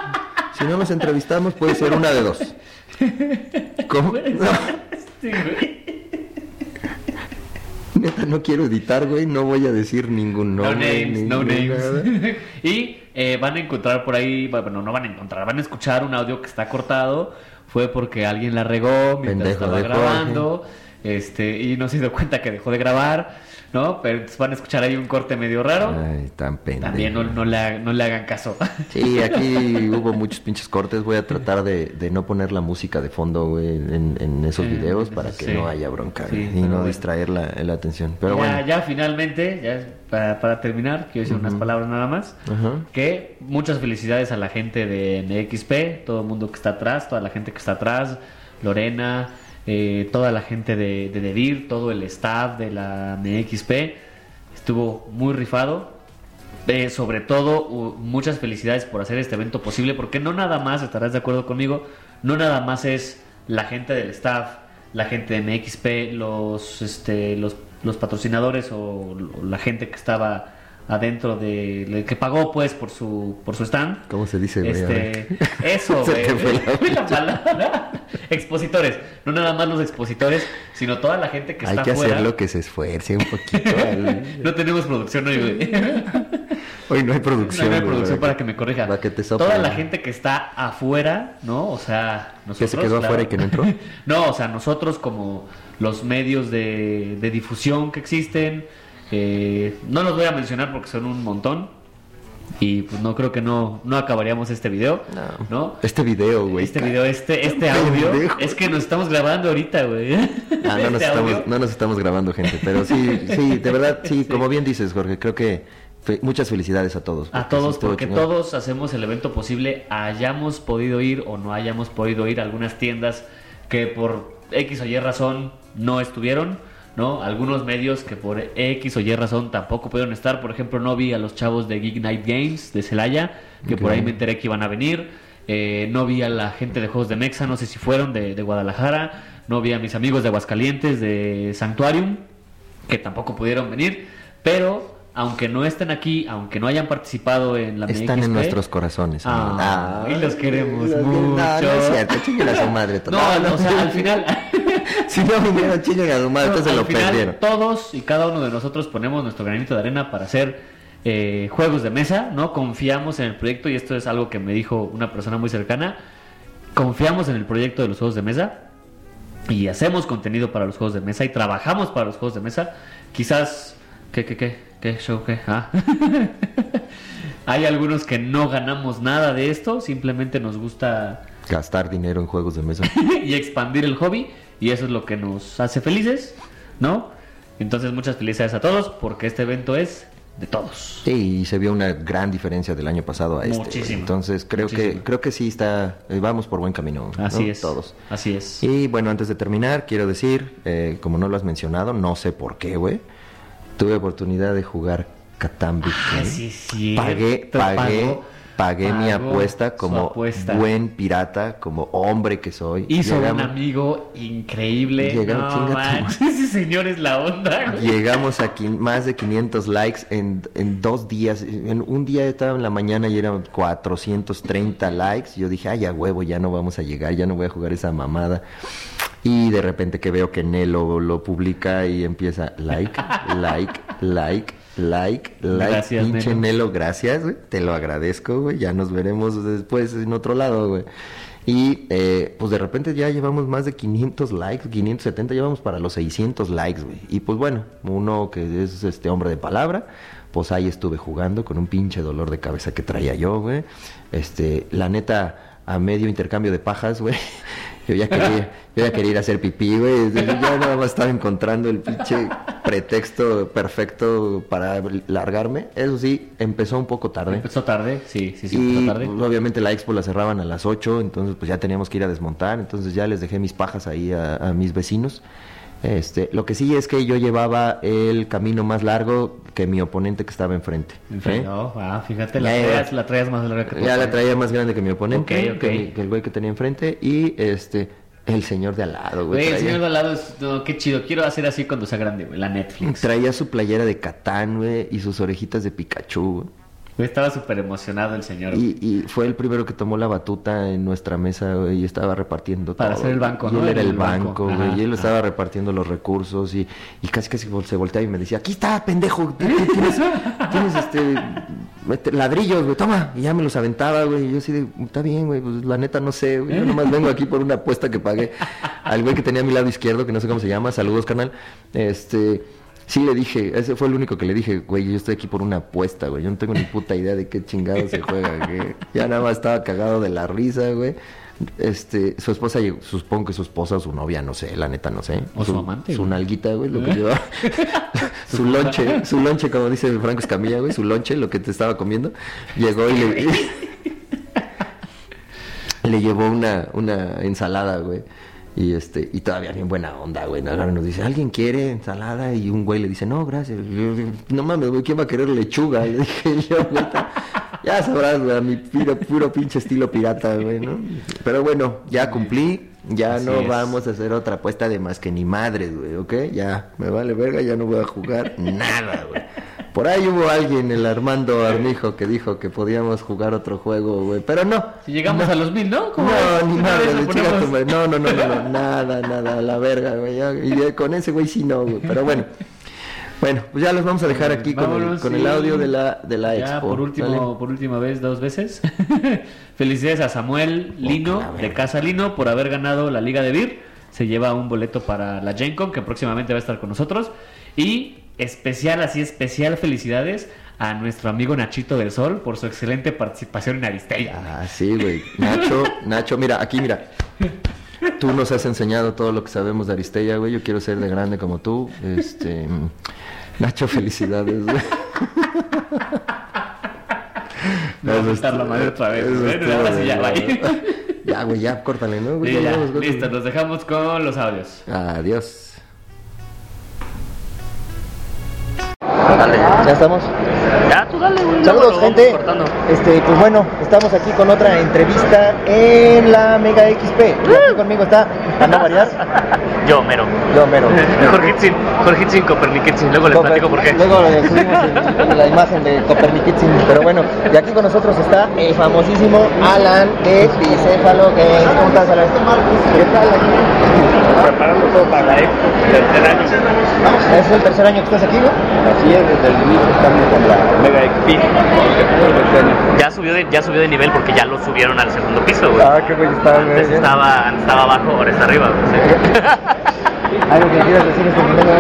Speaker 2: <laughs>
Speaker 1: si no nos entrevistamos, puede ser una de dos. ¿Cómo? No,
Speaker 2: Sí, güey.
Speaker 1: neta, no quiero editar, güey. No voy a decir ningún
Speaker 2: No,
Speaker 1: nombre.
Speaker 2: names,
Speaker 1: ni-
Speaker 2: no
Speaker 1: ni nada.
Speaker 2: names. <laughs> y eh, van a encontrar por ahí, bueno, no van a encontrar, van a escuchar un audio que está cortado. Fue porque alguien la regó mientras
Speaker 1: Pendejo
Speaker 2: estaba
Speaker 1: de Jorge.
Speaker 2: grabando. Este, y no se dio cuenta que dejó de grabar, ¿no? Pero entonces van a escuchar ahí un corte medio raro.
Speaker 1: Ay, tan pendejo.
Speaker 2: También no, no le, ha- no le hagan caso. <laughs>
Speaker 1: Sí, aquí hubo muchos pinches cortes. Voy a tratar de, de no poner la música de fondo, güey, en, en esos
Speaker 2: Eh,
Speaker 1: videos para que
Speaker 2: sí.
Speaker 1: no haya bronca
Speaker 2: Sí,
Speaker 1: güey, y no
Speaker 2: pero bueno.
Speaker 1: distraer la, la atención. Pero
Speaker 2: ya,
Speaker 1: bueno.
Speaker 2: ya finalmente, ya para, para terminar, quiero decir unas palabras nada más.
Speaker 1: Ajá.
Speaker 2: Que muchas felicidades a la gente de NXP, todo el mundo que está atrás, toda la gente que está atrás, Lorena, eh, toda la gente de, de DeVir, todo el staff de la NXP. Estuvo muy rifado. Eh, sobre todo, u- muchas felicidades por hacer este evento posible, porque no nada más, estarás de acuerdo conmigo, no nada más es la gente del staff, la gente de MXP, los, este, los, los patrocinadores o lo- la gente que estaba adentro de le- que pagó pues por su por su stand
Speaker 1: ¿Cómo se dice, güey? A
Speaker 2: Este,
Speaker 1: ver.
Speaker 2: eso
Speaker 1: <laughs> Se
Speaker 2: güey.
Speaker 1: te
Speaker 2: <laughs>
Speaker 1: fue la
Speaker 2: la palabra expositores no nada más los expositores sino toda la gente que
Speaker 1: Hay
Speaker 2: está
Speaker 1: que
Speaker 2: afuera.
Speaker 1: hacerlo que se esfuerce un
Speaker 2: <laughs>
Speaker 1: poquito. al-
Speaker 2: no tenemos producción hoy güey
Speaker 1: Hoy no hay producción.
Speaker 2: No, no hay
Speaker 1: güey,
Speaker 2: producción para que me corrija.
Speaker 1: Para que te soplen.
Speaker 2: Toda la gente que está afuera, ¿no? O sea, nosotros.
Speaker 1: se quedó afuera y que no entró?
Speaker 2: <laughs> no, o sea, nosotros como los medios de, de difusión que existen, eh, no los voy a mencionar porque son un montón. Y pues no creo que no, no acabaríamos este video, ¿no?
Speaker 1: Este video, güey.
Speaker 2: Este video, este, este audio,
Speaker 1: Pendejo.
Speaker 2: es que nos estamos grabando ahorita, güey.
Speaker 1: Ah, no, nos
Speaker 2: <laughs> Este audio.
Speaker 1: estamos, no nos estamos grabando, gente. Pero sí, sí, de
Speaker 2: <laughs>
Speaker 1: verdad, sí, como bien dices, Jorge, creo que fe- muchas felicidades a todos.
Speaker 2: A
Speaker 1: sí
Speaker 2: todos,
Speaker 1: estuvo
Speaker 2: porque
Speaker 1: chingón.
Speaker 2: todos hacemos el evento posible, hayamos podido ir o no hayamos podido ir a algunas tiendas que por X o Y razón no estuvieron, ¿no? Algunos medios que por X o Y razón tampoco pudieron estar. Por ejemplo, no vi a los chavos de Geek Night Games de Celaya, que por
Speaker 1: Ok.
Speaker 2: ahí me enteré que iban a venir. Eh, no vi a la gente de Juegos de Mexa, no sé si fueron de, de Guadalajara. No vi a mis amigos de Aguascalientes, de Sanctuarium que tampoco pudieron venir, pero aunque no estén aquí, aunque no hayan participado en la
Speaker 1: Están
Speaker 2: MXP,
Speaker 1: en nuestros corazones. amigo.
Speaker 2: Ah, y los queremos
Speaker 1: los-
Speaker 2: mucho.
Speaker 1: No, no es cierto. Chinguen a su madre.
Speaker 2: <laughs> No, o sea, al
Speaker 1: <laughs>
Speaker 2: final
Speaker 1: si no vinieron, chinguen a su madre.
Speaker 2: no,
Speaker 1: entonces
Speaker 2: al
Speaker 1: lo
Speaker 2: final,
Speaker 1: perdieron.
Speaker 2: Todos y cada uno de nosotros ponemos nuestro granito de arena para hacer eh, juegos de mesa, ¿no? Confiamos en el proyecto y esto es algo que me dijo una persona muy cercana. Confiamos en el proyecto de los juegos de mesa y hacemos contenido para los juegos de mesa y trabajamos para los juegos de mesa. Quizás, ¿qué, qué, qué? ¿Qué show, qué? Ah. <laughs> Hay algunos que no ganamos nada de esto, simplemente nos gusta
Speaker 1: Gastar dinero en juegos de mesa.
Speaker 2: <laughs> y expandir el hobby y eso es lo que nos hace felices, ¿no? Entonces muchas felicidades a todos porque este evento es de todos.
Speaker 1: Sí, y se vio una gran diferencia del año pasado a este.
Speaker 2: Muchísimo.
Speaker 1: Entonces creo que
Speaker 2: Muchísimo.
Speaker 1: creo que sí está, eh, vamos por buen camino. ¿no?
Speaker 2: Así es.
Speaker 1: Todos.
Speaker 2: Así es.
Speaker 1: Y bueno, antes de terminar, quiero decir, eh, como no lo has mencionado, no sé por qué, güey, tuve oportunidad de jugar Catán Big Game.
Speaker 2: Así Ah, es.
Speaker 1: Pagué,
Speaker 2: cierto,
Speaker 1: pagué
Speaker 2: pagó.
Speaker 1: Pagué mi
Speaker 2: Pagó
Speaker 1: apuesta
Speaker 2: su
Speaker 1: como
Speaker 2: apuesta.
Speaker 1: buen pirata, como hombre que soy.
Speaker 2: Hizo
Speaker 1: Llegamos-
Speaker 2: un amigo increíble.
Speaker 1: Llegamos,
Speaker 2: no,
Speaker 1: chinga tu
Speaker 2: manches, <laughs> ese señor es la onda. güey.
Speaker 1: Llegamos a quin- más de 500 likes en, en dos días. En un día estaba en la mañana y eran 430 likes. Yo dije, ay, a huevo, ya no vamos a llegar, ya no voy a jugar esa mamada. Y de repente que veo que Nelo lo publica y empieza like, like, like, like, like.
Speaker 2: Gracias,
Speaker 1: Pinche
Speaker 2: Nelo.
Speaker 1: Nelo, gracias, güey. Te lo agradezco, güey. Ya nos veremos después en otro lado, güey. Y eh, pues de repente ya llevamos más de 500 likes, 570, llevamos para los 600 likes, güey. Y pues bueno, uno que es este hombre de palabra, pues ahí estuve jugando con un pinche dolor de cabeza que traía yo, güey. Este, la neta, a medio intercambio de pajas, güey. Yo ya quería, yo ya quería ir a hacer pipí, güey. Yo ya nada más estaba encontrando el pinche pretexto perfecto para largarme. Eso sí, empezó un poco tarde.
Speaker 2: Empezó tarde, sí, sí, sí,
Speaker 1: Y
Speaker 2: empezó tarde.
Speaker 1: pues, obviamente la expo la cerraban a las 8, entonces pues ya teníamos que ir a desmontar, entonces ya les dejé mis pajas ahí a, a mis vecinos. Este, lo que sí es que yo llevaba el camino más largo que mi oponente que estaba enfrente. ¿eh?
Speaker 2: No, ah, fíjate, la
Speaker 1: Ya iba.
Speaker 2: traías, la traías más larga que tú.
Speaker 1: Ya la traía más grande que mi oponente,
Speaker 2: Ok, ok.
Speaker 1: Que, mi- que el güey que tenía enfrente y este el señor de al lado, güey.
Speaker 2: Güey, el
Speaker 1: traía-
Speaker 2: señor de al lado es. No, qué chido. Quiero hacer así cuando sea grande, güey.
Speaker 1: <laughs>
Speaker 2: La Netflix.
Speaker 1: Traía su playera de Catán, güey, y sus orejitas de Pikachu. güey.
Speaker 2: Güey, estaba súper emocionado el señor.
Speaker 1: Y, y fue el primero que tomó la batuta en nuestra mesa güey, y estaba repartiendo
Speaker 2: Para
Speaker 1: todo.
Speaker 2: ser el banco,
Speaker 1: y
Speaker 2: ¿no?
Speaker 1: Él era
Speaker 2: El
Speaker 1: el banco,
Speaker 2: banco.
Speaker 1: güey,
Speaker 2: Ajá,
Speaker 1: y él
Speaker 2: ajá.
Speaker 1: estaba repartiendo los recursos y, y casi casi vol- se volteaba y me decía, aquí está, pendejo, tienes, tienes-
Speaker 2: <laughs>
Speaker 1: tienes, eh? este, este, ladrillos, güey, toma. Y ya me los aventaba, güey, y yo así de, está bien, güey, pues la neta no sé, güey, yo nomás vengo aquí por una apuesta que pagué al güey que tenía a mi lado izquierdo, que no sé cómo se llama, saludos, canal, este... Sí le dije, ese fue el único que le dije, güey, yo estoy aquí por una apuesta, güey, yo no tengo ni puta idea de qué chingado se juega, güey. Ya nada más estaba cagado de la risa, güey. Este, su esposa, llegó- supongo que su esposa o su novia, no sé, la neta no sé.
Speaker 2: O su amante,
Speaker 1: Su
Speaker 2: güey. ¿Eh?
Speaker 1: nalguita, güey, lo que llevaba. su lonche, su lonche, como dice Franco Escamilla, güey, su lonche, lo que te estaba comiendo. Llegó y le... <laughs> le llevó una, una ensalada, güey. Y este, y todavía bien buena onda, güey. Ahora nos dice, ¿alguien quiere ensalada? Y un güey le dice, no, gracias. Y yo, No mames, güey, ¿quién va a querer lechuga? <laughs> Le dije yo, neta. Ya sabrás, güey, a mi puro, puro pinche estilo pirata, güey, ¿no? Pero bueno, ya cumplí. Ya
Speaker 2: Así
Speaker 1: no
Speaker 2: es.
Speaker 1: vamos a hacer otra apuesta de más que ni madres, güey, ¿ok? Ya, me vale verga, ya no voy a jugar nada, güey. Por ahí hubo alguien, el Armando Armijo, que dijo que podíamos jugar otro juego, güey. Pero no,
Speaker 2: Si llegamos a los mil, ¿no? ¿Cómo
Speaker 1: no,
Speaker 2: ves?
Speaker 1: ni
Speaker 2: Una
Speaker 1: madre,
Speaker 2: vez lo
Speaker 1: chinga
Speaker 2: ponemos-
Speaker 1: tu madre. No, no, no, no,
Speaker 2: <laughs>
Speaker 1: no, nada, nada, a la verga, güey. ya, Y de- con ese güey sí no, güey. Pero bueno. Bueno, pues ya los vamos a dejar aquí con, el,
Speaker 2: Vámonos,
Speaker 1: con el
Speaker 2: sí.
Speaker 1: audio de la, de la
Speaker 2: ya,
Speaker 1: expo.
Speaker 2: por último,
Speaker 1: ¿sale?
Speaker 2: por última vez, dos veces. <laughs> Felicidades a Samuel Lino,
Speaker 1: la verga.
Speaker 2: de Casa Lino, por haber ganado la Liga de Vir. Se lleva un boleto para la GenCon, que próximamente va a estar con nosotros. Y especial, así especial, felicidades a nuestro amigo Nachito del Sol por su excelente participación en Aristea.
Speaker 1: Ah, sí, güey. Nacho, Nacho, mira, aquí, mira. Tú nos has enseñado todo lo que sabemos de Aristella, güey. Yo quiero ser de grande como tú. Este. mm, Nacho, felicidades, güey.
Speaker 2: Me va a
Speaker 1: Eso
Speaker 2: faltar la
Speaker 1: estuvo-
Speaker 2: madre otra vez.
Speaker 1: eso
Speaker 2: Bueno,
Speaker 1: estuvo
Speaker 2: ahora sí ya,
Speaker 1: de-
Speaker 2: bye.
Speaker 1: Ya, güey, ya, córtale, ¿no? güey?
Speaker 2: Sí,
Speaker 1: Ya,
Speaker 2: ya,
Speaker 1: vamos, güey.
Speaker 2: listo, nos dejamos con los audios.
Speaker 1: Adiós. ya estamos.
Speaker 3: Ya, tú dale, güey. luego
Speaker 1: Saludos,
Speaker 3: lo vamos
Speaker 1: gente.
Speaker 3: cortando.
Speaker 1: Este, pues bueno, estamos aquí con otra entrevista en la Mega XP. Y aquí conmigo está Ana Varias.
Speaker 2: <laughs>
Speaker 3: Yo, mero.
Speaker 1: Yo, mero.
Speaker 3: Jorgitzin, Jorgitzin, Coperniquitsin. Luego les
Speaker 1: Coper-
Speaker 3: platico por qué.
Speaker 1: Luego le Eh, subimos el- la imagen de Coperniquitsin. Pero bueno, y aquí con nosotros está el famosísimo Alan de Bicéfalo Games. ¿Cómo estás, Alan? ¿Qué tal?
Speaker 4: preparando todo para la expo tercer año.
Speaker 1: Es el tercer año que estás aquí, ¿no?
Speaker 4: Así es, desde el inicio estamos con la Mega XP.
Speaker 3: Ya subió, de, ya subió de nivel porque ya lo subieron al segundo piso, güey.
Speaker 4: Ah, qué güey está,
Speaker 3: Antes estaba, antes estaba abajo, ahora está arriba. güey, sí.
Speaker 1: Algo que quieras decir este momento. <laughs>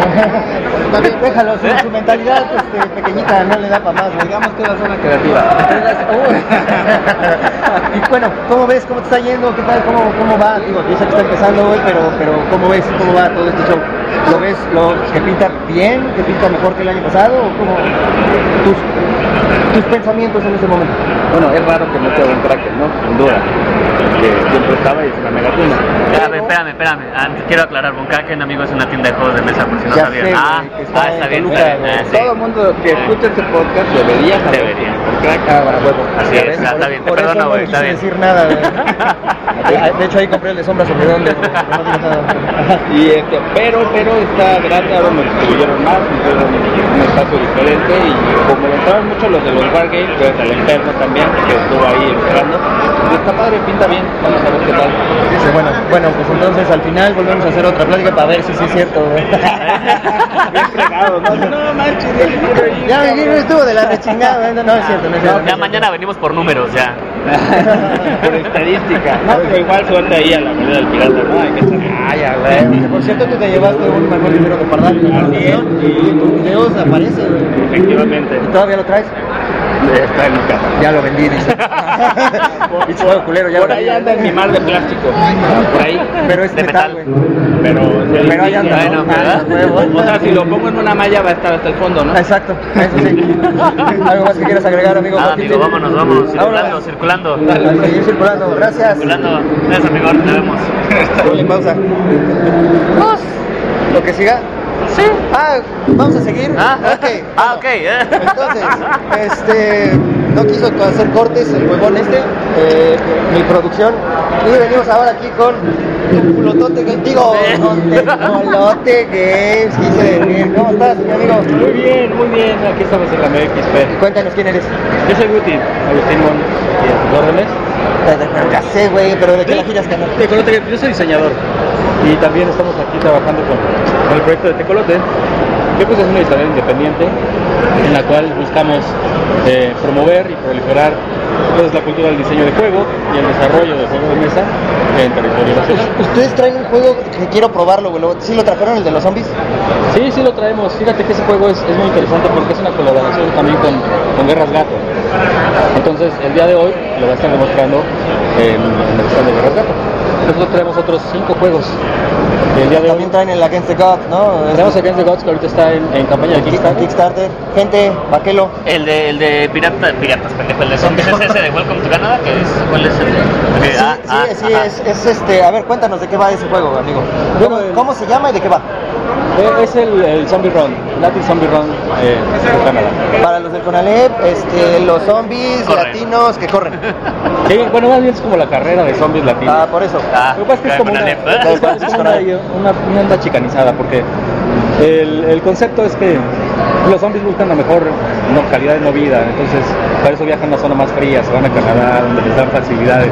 Speaker 1: También déjalo, su, su mentalidad este, pequeñita no le da para más. Digamos que es la zona creativa. y bueno, ¿cómo ves? ¿Cómo te está yendo? ¿Qué tal? ¿Cómo, cómo va? Digo, yo sé que está empezando hoy, pero, pero ¿cómo ves? ¿Cómo va todo este show? ¿Lo ves? ¿Lo que pinta bien? ¿Que pinta mejor que el año pasado? ¿O cómo tus, tus pensamientos en ese momento?
Speaker 4: Bueno, es raro que no sea un cracker, ¿no? Sin duda. Que siempre estaba y es una mega tuna.
Speaker 3: Ya, a ver, espérame, espérame. Antes quiero aclarar, Bonkaken, amigo, es una tienda de juegos de mesa, por si no
Speaker 4: Ya
Speaker 3: sabían.
Speaker 4: sé, güey,
Speaker 3: ah,
Speaker 4: que
Speaker 3: ah,
Speaker 4: en
Speaker 3: está bien,
Speaker 4: Toluca,
Speaker 3: está bien.
Speaker 4: güey.
Speaker 3: Ah, sí.
Speaker 4: Todo el mundo que
Speaker 3: Sí.
Speaker 4: escucha este podcast debería saber.
Speaker 3: Debería.
Speaker 4: Porque era cabra, huevo.
Speaker 3: Así
Speaker 5: Ah, Ya
Speaker 3: es,
Speaker 5: ves,
Speaker 3: está
Speaker 5: por-
Speaker 3: bien, te
Speaker 5: por eso
Speaker 3: perdono,
Speaker 5: no
Speaker 3: güey,
Speaker 5: quise
Speaker 3: está bien.
Speaker 5: decir
Speaker 3: <laughs>
Speaker 5: nada, güey. De hecho, ahí compré el de sombra sobre donde. No dije <laughs> nada.
Speaker 4: Y este, pero, pero está grande, ahora me distribuyeron más, entonces un espacio diferente y como le entraron mucho los de los Wargames, pues al enfermo también, que estuvo ahí entrando, pues está padre, pinta bien, vamos a ver qué tal.
Speaker 5: Dice, bueno, bueno, pues entonces al final volvemos a hacer otra plática para ver si sí es cierto, <laughs> güey.
Speaker 4: Bien fregado, ¿no? <laughs> No manches, ya me quiero ir,
Speaker 5: Ya me
Speaker 4: cabrón.
Speaker 5: quiero ir tú de la rechingada, no, no es cierto, no es cierto.
Speaker 3: Ya mañana venimos por números, ya.
Speaker 4: <laughs> Por estadística, no, pero igual suelta ahí a la verdad del pirata, ¿no? Hay que saber.
Speaker 5: Ay, Ah, ya, güey. Por cierto, tú te llevaste un manual libro de Pardal en la
Speaker 4: Así es.
Speaker 5: colección y en tus videos aparece, güey.
Speaker 4: Efectivamente,
Speaker 5: ¿Y todavía lo traes?
Speaker 4: está en mi casa.
Speaker 5: Ya lo vendí,
Speaker 4: <laughs>
Speaker 5: dice. <laughs> Dicho juego culero, ya
Speaker 4: Por
Speaker 5: lo
Speaker 4: ahí
Speaker 5: vendí. Ah,
Speaker 4: anda mi mar de plástico, por ahí,
Speaker 5: Pero este es
Speaker 3: De
Speaker 5: metal,
Speaker 3: metal.
Speaker 5: güey.
Speaker 4: pero...
Speaker 5: Pero ahí anda,
Speaker 3: Bueno,
Speaker 5: ¿no?
Speaker 3: ¿verdad?
Speaker 5: Ah, huevo.
Speaker 4: O sea, si lo pongo en una malla va a estar hasta el fondo, ¿no?
Speaker 5: Exacto, eso sí. <laughs> ¿Algo más que quieras agregar, amigo?
Speaker 3: Nada,
Speaker 5: Joaquín?
Speaker 3: amigo, vámonos, vámonos. Circulando,
Speaker 5: Vámonos.
Speaker 3: circulando.
Speaker 5: A seguir circulando, gracias.
Speaker 3: Circulando. <laughs> Gracias, amigo, te vemos.
Speaker 5: Ponle pausa. ¿Lo que siga? Sí. Ah, vamos a seguir.
Speaker 3: Ah,
Speaker 5: ok.
Speaker 3: Ah, ok. eh.
Speaker 5: Entonces, este, no quiso hacer cortes el huevón este, eh, mi producción. Y venimos ahora aquí con un culotote que
Speaker 3: <laughs>
Speaker 5: digo,
Speaker 3: Sí.
Speaker 5: culote games, quise decir. ¿Cómo estás, mi amigo?
Speaker 4: Muy bien, muy bien, aquí estamos en la MXP.
Speaker 5: Cuéntanos quién eres.
Speaker 4: Yo soy Guti, Agustín Mon, y a sus órdenes.
Speaker 5: Ya sé, güey, pero ¿de qué la giras, carnal?
Speaker 4: Tecolote, yo soy diseñador y también estamos aquí trabajando con, con el proyecto de Tecolote, que pues es una editorial independiente en la cual buscamos eh, promover y proliferar pues, la cultura del diseño de juego y el desarrollo de juegos de mesa en territorio nacional.
Speaker 5: Ustedes traen un juego que quiero probarlo, güey. luego- ¿Sí lo trajeron el de los zombies?
Speaker 4: Sí, sí lo traemos. Fíjate que ese juego es, es muy interesante porque es una colaboración también con, con Guerras Gato. Entonces, el día de hoy lo va a estar demostrando en, en el stand de Guerras Gato. Nosotros traemos otros cinco juegos. El día de hoy
Speaker 5: También traen el Against the God, ¿no? Este-
Speaker 4: tenemos Against the Gods que ahorita está en, en campaña de
Speaker 5: Kick-
Speaker 4: Kickstarter.
Speaker 5: Kickstarter. Gente, vaquelo.
Speaker 3: El de, el de pirata, piratas, pendejo, el de zombies. ¿Es ese de Welcome to Canada? que es? ¿Cuál es el de?
Speaker 5: Sí,
Speaker 3: Ok, ah,
Speaker 5: sí,
Speaker 3: ah,
Speaker 5: sí,
Speaker 3: ajá.
Speaker 5: es, es este. A ver, cuéntanos de qué va ese juego, amigo.
Speaker 4: Bueno,
Speaker 5: ¿Cómo,
Speaker 4: el-
Speaker 5: cómo se llama y de qué va?
Speaker 4: Eh, Es el, el Zombie Run, Latin Zombie Run eh, de Canadá.
Speaker 5: Para los del Conalep, este, los zombies
Speaker 3: Corren.
Speaker 5: latinos que corren.
Speaker 4: Sí, bueno, más bien es como la carrera de zombies latinos.
Speaker 5: Ah, por eso.
Speaker 3: Ah,
Speaker 4: Lo que pasa es que es como una,
Speaker 3: Diagonal
Speaker 5: <laughs>
Speaker 3: F.
Speaker 4: es como- es como <laughs> una, una, una onda chicanizada, porque el, el concepto es que los zombies buscan la mejor no, calidad de no vida, entonces para eso viajan a una zona más fría, se van a Canadá, donde les dan facilidades.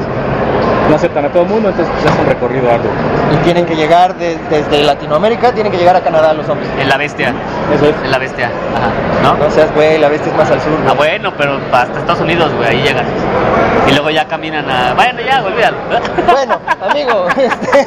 Speaker 4: No aceptan a todo el mundo, entonces pues, es un recorrido arduo.
Speaker 5: Y tienen que llegar de- desde Latinoamérica, tienen que llegar a Canadá los zombies.
Speaker 3: En la bestia.
Speaker 4: Eso es.
Speaker 3: En la bestia. Ajá. ¿No?
Speaker 5: No seas güey, la bestia es más al sur.
Speaker 3: Ah, bueno, pero hasta Estados Unidos, güey, ahí llegan. Y luego ya caminan a. Vayan ya, güey, olvídalo.
Speaker 5: <laughs> Bueno,
Speaker 3: <laughs>
Speaker 5: amigo, este.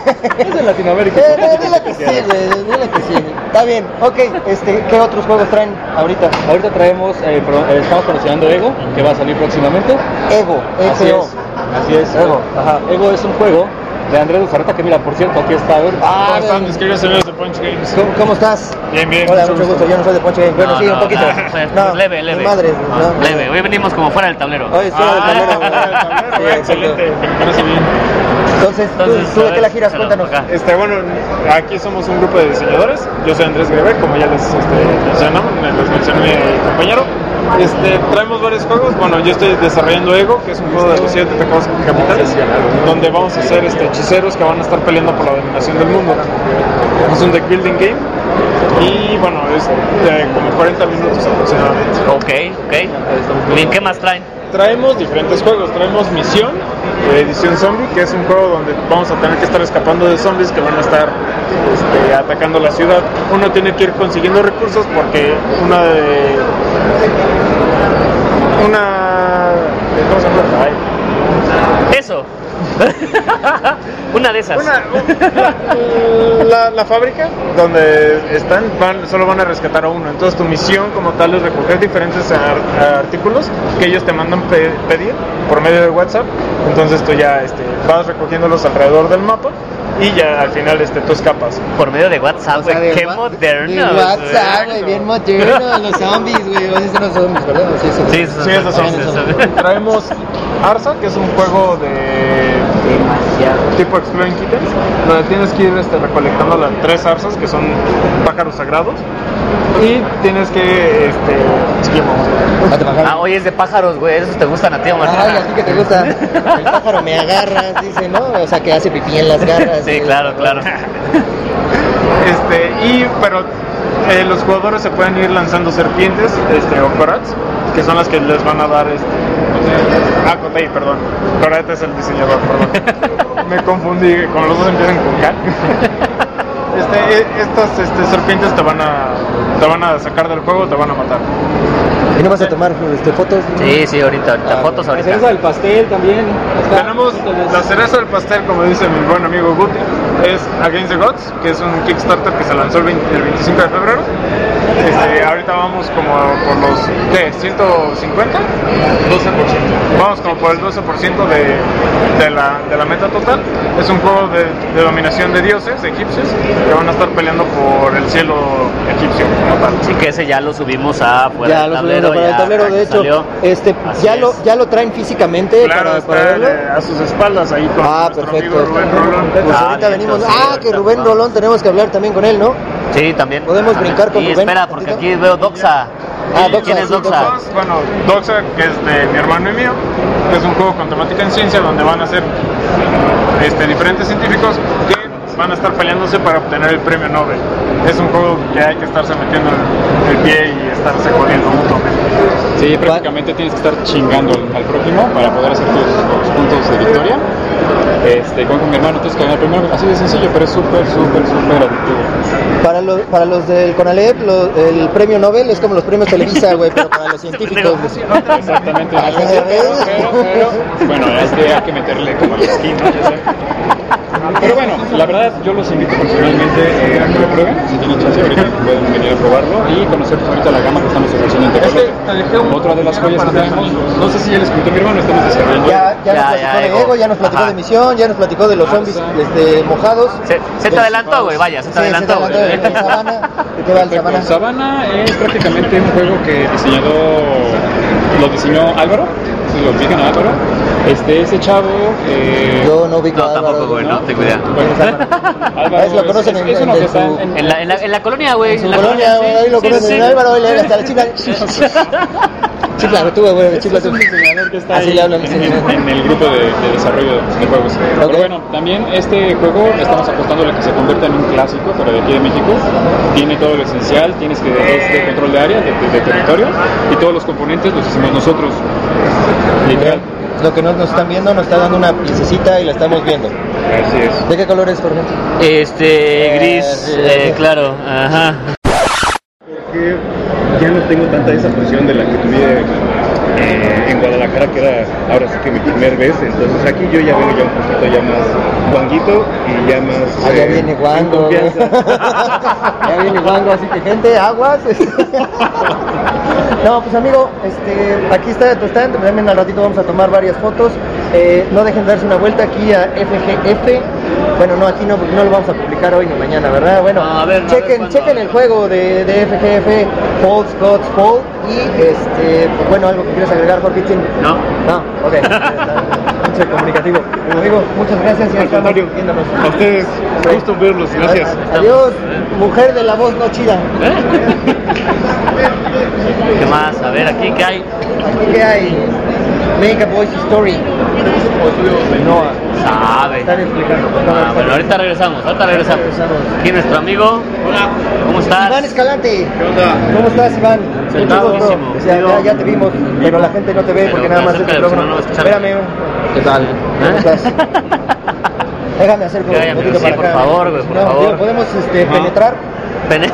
Speaker 4: Es de Latinoamérica.
Speaker 5: eh, no, Dile que sí, güey, dile que sí. Está bien, ok, este, ¿qué otros juegos traen ahorita?
Speaker 4: Ahorita traemos, eh, pro- eh, estamos promocionando Ego, que va a salir próximamente.
Speaker 5: Ego,
Speaker 4: Así
Speaker 5: EGO.
Speaker 4: es. Así es.
Speaker 5: Ego, ajá.
Speaker 4: Ego es un juego de Andrés Luzarreta, que mira, por cierto, aquí está. a ver.
Speaker 5: Ah,
Speaker 6: ¿Cómo están mis queridos señores de Punch Games?
Speaker 5: ¿Cómo, cómo estás?
Speaker 6: Bien, bien.
Speaker 5: Hola, mucho gusto. Yo no soy de Ponche. Bueno,
Speaker 3: No,
Speaker 5: sí,
Speaker 3: no,
Speaker 5: un poquito.
Speaker 3: no, pues, pues, leve, leve.
Speaker 5: ni Madres,
Speaker 3: No,
Speaker 5: no.
Speaker 3: Leve, hoy venimos como fuera del tablero.
Speaker 5: Hoy es fuera del tablero.
Speaker 3: <laughs>
Speaker 5: güey.
Speaker 6: Ah,
Speaker 5: Sí,
Speaker 6: bueno,
Speaker 5: exacto.
Speaker 6: excelente, me parece bien.
Speaker 5: Entonces, ¿tú,
Speaker 3: Entonces,
Speaker 5: tú
Speaker 3: a
Speaker 5: de
Speaker 3: ver,
Speaker 5: qué la giras?
Speaker 3: pero,
Speaker 5: Cuéntanos.
Speaker 3: acá.
Speaker 6: Este, bueno, aquí somos un grupo de diseñadores. Yo soy Andrés Greber, como ya les este, mencionó, les mencionó mi compañero. Este, traemos varios juegos. Bueno, yo estoy desarrollando Ego, que es un juego de los siete pecados capitales, donde vamos a ser este, hechiceros que van a estar peleando por la dominación del mundo. Es un deck building game y bueno, es de como 40 minutos aproximadamente.
Speaker 3: Ok, ok. Bien, ¿qué más traen?
Speaker 6: Traemos diferentes juegos, traemos Misión, eh, Edición Zombie, que es un juego donde vamos a tener que estar escapando de zombies que van a estar este, atacando la ciudad. Uno tiene que ir consiguiendo recursos porque una de... Una... ¿Cómo se llama? Ay.
Speaker 3: Eso. Una de esas.
Speaker 4: <laughs>
Speaker 6: Una- un- la, la- la fábrica donde están van, solo van a rescatar a uno. Entonces tu misión como tal es recoger diferentes ar- artículos que ellos te mandan pe- pedir por medio de WhatsApp. Entonces tú ya este, vas recogiéndolos alrededor del mapa y ya al final este, tú escapas.
Speaker 3: Por medio de WhatsApp, güey. qué moderno.
Speaker 5: De WhatsApp, güey, bien moderno. Los zombies, güey. Esos son los zombies, ¿verdad? Sí, sí.
Speaker 3: Sí, esos
Speaker 6: Sí, esos son.
Speaker 5: Esos son.
Speaker 6: Traemos Arsa, que es un juego de tipo Exploring Kittens, donde tienes que ir este, recolectando las tres arzas que son pájaros sagrados y tienes que este, esquivo.
Speaker 5: A trabajar.
Speaker 2: Ah, oye, es de pájaros, güey. Esos te gustan a ti, Omar.
Speaker 5: Ay, a ti que te
Speaker 3: <laughs>
Speaker 5: gusta. El pájaro me agarras, dice, ¿no? O sea, que hace pipí en las garras.
Speaker 2: Sí,
Speaker 5: güey.
Speaker 2: claro, claro.
Speaker 6: <laughs> Este, y pero eh, los jugadores se pueden ir lanzando serpientes este, o corats, que son las que les van a dar este. Ah, Kotei, perdón. Corat es el diseñador,
Speaker 2: <laughs>
Speaker 6: perdón. Me confundí, como los dos empiezan con K. Este, e- estas este, serpientes te van a te van a sacar del juego, te van a matar.
Speaker 5: ¿Y no vas a tomar este, fotos?
Speaker 2: Sí, sí, ahorita, ahorita.
Speaker 5: Ah,
Speaker 2: Fotos
Speaker 7: La cereza
Speaker 2: ahorita.
Speaker 7: del pastel también. Está-
Speaker 6: Tenemos la cereza del pastel, como dice mi buen amigo Guti, es Against the Gods, que es un Kickstarter que se lanzó el, 20 el 25 de febrero. Este, ahorita vamos como por los, ¿qué? ¿150? 12%. Vamos como por el 12% de, de, la, de la meta total. Es un juego de, de dominación de dioses egipcios que van a estar peleando por el cielo egipcio como tal.
Speaker 2: Así que ese ya lo subimos a fuera
Speaker 5: Ya,
Speaker 2: del
Speaker 5: lo
Speaker 2: tablero.
Speaker 5: subieron para el
Speaker 2: ya,
Speaker 5: tablero, de
Speaker 2: aquí
Speaker 5: hecho.
Speaker 2: salió.
Speaker 5: Este,
Speaker 2: Así
Speaker 5: ya,
Speaker 2: es.
Speaker 5: lo, ya lo traen físicamente
Speaker 6: Claro,
Speaker 5: para, para
Speaker 6: está
Speaker 5: verlo.
Speaker 6: eh, a sus espaldas ahí con
Speaker 5: Ah,
Speaker 6: nuestro
Speaker 5: perfecto.
Speaker 6: amigo Rubén Rolón.
Speaker 5: Pues
Speaker 2: Ah,
Speaker 5: ahorita
Speaker 2: bien,
Speaker 5: venimos.
Speaker 2: entonces,
Speaker 5: Ah, que
Speaker 2: ahorita
Speaker 5: Rubén
Speaker 2: vamos.
Speaker 5: Rolón tenemos que hablar también con él, ¿no?
Speaker 2: Sí, también.
Speaker 5: Podemos brincar con
Speaker 2: y
Speaker 5: Rubén
Speaker 2: espera, porque
Speaker 5: tantito.
Speaker 2: aquí veo Doxa.
Speaker 5: Ah,
Speaker 2: ¿Y
Speaker 5: Doxa,
Speaker 2: ¿Quién es
Speaker 5: sí,
Speaker 2: Doxa?
Speaker 5: Doxa.
Speaker 6: Bueno, Doxa, que es de mi hermano y mío, que es un juego con temática en ciencia donde van a ser este, diferentes científicos que van a estar peleándose para obtener el premio Nobel. Es un juego que hay que estarse metiendo el- el pie y estarse jodiendo mutuamente.
Speaker 7: Sí, prácticamente tienes que estar chingando al, al prójimo para poder hacer tus, tus puntos de victoria. Este, como con mi hermano, tienes que ganar primero. Así de sencillo, pero es súper, súper, súper adictivo.
Speaker 5: Para los, para los del Conalep, lo- el premio Nobel es como los premios Televisa, güey, pero
Speaker 2: <laughs>
Speaker 7: <laughs>
Speaker 5: para los científicos. güey.
Speaker 7: Exactamente.
Speaker 5: Ah, sí,
Speaker 7: pero,
Speaker 5: ¿verdad?
Speaker 7: pero, pero, bueno, es que hay que meterle como al skin, ¿no? Ya sé. Pero bueno, la verdad yo los invito personalmente eh, a que lo prueben. Si tienen chance ahorita pueden venir a probarlo y conocer pues, ahorita la gama que estamos ofreciendo en
Speaker 6: Este,
Speaker 7: Tecolote. Otra de las joyas que tenemos, no sé si ya les conté mi hermano, estamos desarrollando.
Speaker 5: Ya, ya,
Speaker 2: Ya,
Speaker 5: nos
Speaker 2: ya,
Speaker 5: platicó de
Speaker 2: Ego.
Speaker 5: Ego, ya nos platicó
Speaker 2: Ajá.
Speaker 5: de Misión, ya nos platicó de los zombies este, mojados.
Speaker 2: Se, se te adelantó, güey, vaya, se te
Speaker 5: Sí,
Speaker 2: adelantó,
Speaker 5: se te
Speaker 2: güey.
Speaker 5: adelantó el Sabana. ¿De qué va el
Speaker 7: Perfecto.
Speaker 5: Sabana?
Speaker 7: Sabana es prácticamente un juego que diseñado lo diseñó Álvaro, si lo ubican a Álvaro. Este, ese chavo eh,
Speaker 5: Yo no ubico
Speaker 2: No,
Speaker 5: a Álvaro,
Speaker 2: tampoco, güey, no, tengo idea.
Speaker 7: bueno,
Speaker 5: Es Álvaro.
Speaker 7: Álvaro
Speaker 5: Ah, Es lo conocen
Speaker 7: es-
Speaker 5: en-
Speaker 7: es uno
Speaker 5: en-
Speaker 7: que
Speaker 5: en
Speaker 7: está
Speaker 5: su-
Speaker 7: en-
Speaker 2: En la, en, la, en la colonia, güey.
Speaker 5: Su colonia, güey, ahí lo
Speaker 2: sí,
Speaker 5: conocen.
Speaker 2: sí.
Speaker 5: Álvaro, ahí le ven hasta la
Speaker 2: <laughs>
Speaker 5: chifla. Chifla, güey, tú, güey, chifla tú.
Speaker 7: que está
Speaker 5: Así
Speaker 7: ahí
Speaker 5: le hablan.
Speaker 7: en, en- en el grupo de, de desarrollo de juegos.
Speaker 5: Ok.
Speaker 7: Pero bueno, también este juego estamos apostando a que se convierta en un clásico para de aquí de México. Tiene todo lo esencial, tienes que es de control de área, de, de- de territorio y todos los componentes los hicimos nosotros. Literal.
Speaker 5: <laughs> Lo que no nos están viendo, nos está dando una piececita y la estamos viendo.
Speaker 7: Así es.
Speaker 5: ¿De qué color es, por ejemplo?
Speaker 2: Este, gris,
Speaker 5: sí.
Speaker 2: eh, claro, ajá.
Speaker 7: que ya no tengo tanta esa presión de la que tuve eh, en Guadalajara, que era ahora sí que mi primer vez. Entonces aquí yo ya vengo ya un poquito ya más guanguito y ya más.
Speaker 5: Allá
Speaker 7: eh,
Speaker 5: viene
Speaker 7: en
Speaker 5: Wango. güey.
Speaker 7: confianza.
Speaker 5: ya viene Wango, así que gente, aguas. no, pues amigo, este, aquí está tu stand. También al ratito vamos a tomar varias fotos. Eh, no dejen de darse una vuelta aquí a FGF. Bueno, no, aquí no, porque no lo vamos a publicar hoy ni mañana, ¿verdad? Bueno,
Speaker 1: No, a ver, no, a ver
Speaker 5: chequen,
Speaker 1: cuándo, a
Speaker 5: chequen
Speaker 1: ver
Speaker 5: el juego de, de FGF, False Gods Fall. Y este, pues, bueno, algo que quieras agregar, Jorge Chin?
Speaker 1: No.
Speaker 5: No, ok.
Speaker 1: <laughs>
Speaker 5: Mucho comunicativo. Bueno, amigo, muchas gracias y
Speaker 7: Al
Speaker 5: estamos
Speaker 7: contrario,
Speaker 5: viéndonos.
Speaker 7: a ustedes, gusto en verlos, gracias.
Speaker 5: Adiós, mujer de la voz no chida.
Speaker 2: ¿Eh? ¿Qué más? A ver, aquí qué hay.
Speaker 5: Aquí que hay Make a Voice Story. Noah.
Speaker 2: Sabe.
Speaker 5: Están explicando.
Speaker 2: Ah, bueno, ahorita regresamos, ahorita regresamos. Aquí nuestro amigo. Hola. ¿Cómo
Speaker 5: Iván
Speaker 2: estás?
Speaker 5: Escalante. ¿Cómo estás, Iván?
Speaker 2: Sentado.
Speaker 5: Mucho gusto.
Speaker 2: Buenísimo.
Speaker 5: Ya, ya, ya te vimos, pero la gente no te ve
Speaker 2: Pero
Speaker 5: porque nada más es
Speaker 2: acércale,
Speaker 5: el
Speaker 2: no, no
Speaker 5: micrófono.
Speaker 2: va a escuchar.
Speaker 5: Espérame. ¿Qué tal? ¿Cómo estás?
Speaker 2: <laughs>
Speaker 5: Déjame hacer como
Speaker 2: Ya, ya,
Speaker 5: un poquito
Speaker 2: sí,
Speaker 5: para
Speaker 2: por
Speaker 5: acá.
Speaker 2: favor, güey, por
Speaker 5: No,
Speaker 2: favor.
Speaker 5: digo, ¿Podemos este, penetrar?
Speaker 2: Pene-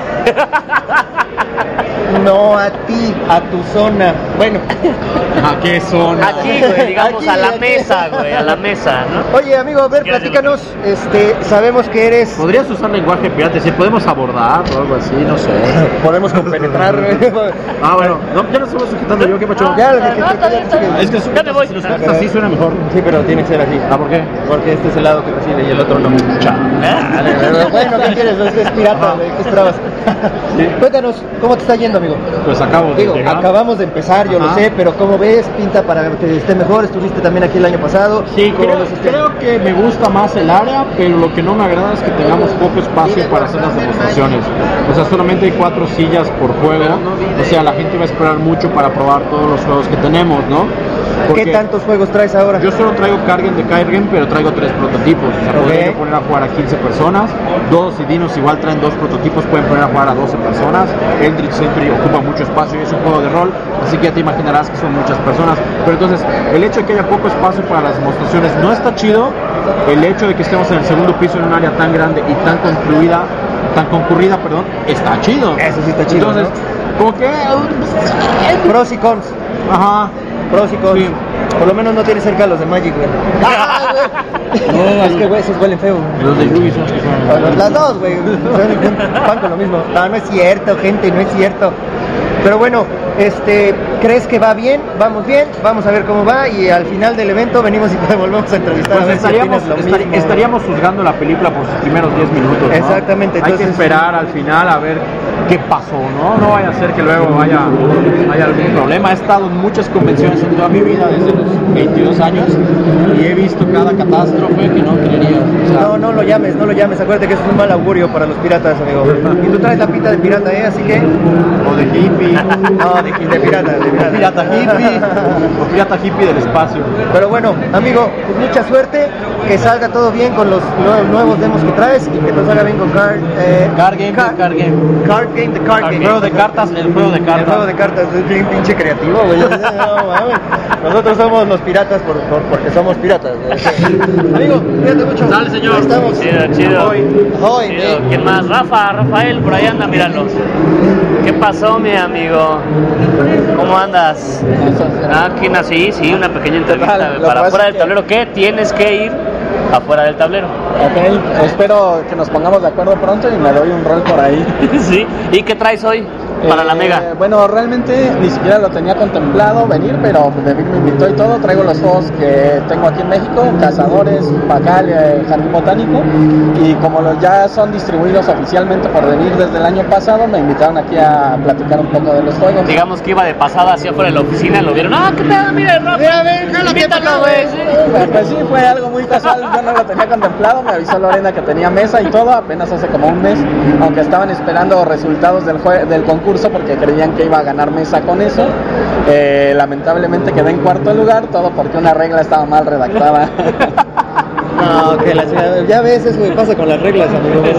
Speaker 5: No a ti, a tu zona.
Speaker 3: <laughs>
Speaker 5: Bueno.
Speaker 7: ¿A qué son?
Speaker 2: Aquí, güey, digamos
Speaker 5: Aquí,
Speaker 2: a la
Speaker 5: aquí.
Speaker 2: mesa, güey, a la mesa, ¿no?
Speaker 5: Oye, amigo, a ver,
Speaker 2: Gracias,
Speaker 5: platícanos. Este, sabemos que eres.
Speaker 3: Podrías usar lenguaje pirata, si podemos abordar o algo así, no sé.
Speaker 5: <laughs> Podemos compenetrar.
Speaker 3: <laughs> Ah, bueno, no, ya nos estamos sujetando yo, ¿qué pacho?
Speaker 5: ya, la gente-
Speaker 3: Es que
Speaker 2: Ya me voy.
Speaker 3: Si los cortas así suena mejor.
Speaker 5: Sí, pero tiene que ser así.
Speaker 3: Ah, ¿por qué?
Speaker 5: Porque este es el lado que recibe y el otro no. Ah,
Speaker 3: Chao.
Speaker 5: Bueno, ¿qué quieres? Este es pirata, güey, ¿qué esperabas?
Speaker 3: Sí,
Speaker 5: Cuéntanos, ¿cómo te está yendo, amigo?
Speaker 7: Pues acabo de
Speaker 5: Digo,
Speaker 7: llegar.
Speaker 5: acabamos de empezar, yo lo
Speaker 7: Ajá.
Speaker 5: sé, pero ¿cómo ves? Pinta para que esté mejor, estuviste también aquí el año pasado.
Speaker 7: Sí,
Speaker 5: ¿Cómo
Speaker 7: creo,
Speaker 5: ves este año?
Speaker 7: creo <laughs> que me gusta más el área, pero lo que no me agrada es que tengamos poco espacio para hacer las demostraciones. O sea, solamente hay cuatro sillas por juego. O sea, la gente va a esperar mucho para probar todos los juegos que tenemos, ¿no?
Speaker 5: ¿Qué
Speaker 7: Porque
Speaker 5: tantos juegos traes ahora?
Speaker 7: Yo solo traigo Cargen de Cargen, pero traigo tres prototipos. O sea,
Speaker 5: Ok.
Speaker 7: podría poner a jugar a 15 personas. Dos y Dinos igual traen dos prototipos, pueden poner a jugar a 12 personas. Eldritch siempre ocupa mucho espacio y es un juego de rol, así que ya te imaginarás que son muchas personas. Pero entonces, el hecho de que haya poco espacio para las demostraciones no está chido. El hecho de que estemos en el segundo piso en un área tan grande y tan concluida, tan concurrida, perdón, está chido.
Speaker 5: Eso sí está chido,
Speaker 7: Entonces, como que... uh,
Speaker 5: Pros y cons,
Speaker 7: Ajá.
Speaker 5: pros y cons.
Speaker 7: Sí.
Speaker 5: Por lo menos no tienes cerca a los de Magic,
Speaker 7: <laughs>
Speaker 5: güey. No, es que, güey, esos huelen feo. güey.
Speaker 7: Los de Yugi son los que son-
Speaker 5: Las dos, güey. Van con lo mismo. No, no es cierto, gente, no es cierto. Pero bueno, este, ¿crees que va bien? Vamos bien, vamos a ver cómo va y al final del evento venimos y <laughs> te volvemos a entrevistar. a
Speaker 7: Pues
Speaker 5: ver si
Speaker 7: estaríamos,
Speaker 5: opinas lo
Speaker 7: estar-
Speaker 5: mismo.
Speaker 7: estaríamos juzgando la película por sus primeros 10 minutos. ¿no?
Speaker 5: Exactamente,
Speaker 7: Hay que
Speaker 5: entonces-
Speaker 7: esperar al final a ver qué pasó, ¿no? No vaya a ser que luego vaya, haya algún problema. He estado en muchas convenciones en toda mi vida, desde los 22 años, y he visto cada catástrofe que no creerías. O sea,
Speaker 5: No, no lo llames, no lo llames. Acuérdate que eso es un mal augurio para los piratas, amigo. Y tú traes la pinta de pirata, ¿eh? Así que.
Speaker 7: O de
Speaker 5: <laughs>
Speaker 7: hippie.
Speaker 5: No, de, de pirata, de pirata.
Speaker 7: O pirata
Speaker 5: <laughs>
Speaker 7: hippie. O pirata hippie del espacio.
Speaker 5: Pero bueno, amigo, pues mucha suerte. Que salga todo bien con los nue- nuevos demos que traes y que todo salga bien con Card. eh,
Speaker 7: Card game,
Speaker 5: Ca-
Speaker 7: card game.
Speaker 5: Card Game, The Card Game.
Speaker 7: El juego de cartas, el juego de
Speaker 5: El juego
Speaker 7: cartas.
Speaker 5: de cartas es bien pinche creativo, güey. No mames. Nosotros somos los piratas por, por- porque somos piratas. güey. Amigo, cuídate mucho.
Speaker 7: Dale, señor.
Speaker 5: Ahí estamos.
Speaker 2: Chido, chido.
Speaker 5: Hoy,
Speaker 2: Chido.
Speaker 5: eh.
Speaker 2: ¿Quién más? Rafa, Rafael, por ahí anda, míralo. ¿Qué pasó, mi amigo? ¿Cómo andas? Ah, Aquí nací, sí, una pequeña entrevista.
Speaker 5: Total,
Speaker 2: güey.
Speaker 5: lo
Speaker 2: Para
Speaker 5: que
Speaker 2: afuera
Speaker 5: pasa es
Speaker 2: del tablero, ¿qué? Tienes que ir afuera del tablero.
Speaker 4: Ok, espero que nos pongamos de acuerdo pronto y me doy un rol por
Speaker 7: <laughs>
Speaker 4: ahí.
Speaker 2: sí. ¿Y qué traes hoy para
Speaker 4: Eh,
Speaker 2: la mega?
Speaker 4: Bueno, realmente ni siquiera lo tenía contemplado venir, pero David me invitó y todo. Traigo los juegos que tengo aquí en México, Cazadores, Pacalia, el Jardín Botánico. Y como los ya son distribuidos oficialmente por David desde el año pasado, me invitaron aquí a platicar un poco de los juegos.
Speaker 2: Digamos que iba de pasada hacia afuera de la oficina, lo vieron. ¡Ah, qué pedo! Mira, Rafa. Mira, güey. sí.
Speaker 4: Pues, Pues sí, fue algo muy casual, yo no lo tenía contemplado, me avisó Lorena que tenía mesa y todo, apenas hace como un mes, aunque estaban esperando resultados del, jue- del concurso porque creían que iba a ganar mesa con eso. Eh, lamentablemente quedé en cuarto lugar, todo porque una regla estaba mal redactada.
Speaker 5: No, que la ciudad. Ya ves, eso me pasa con las reglas, amigo.
Speaker 2: Sí,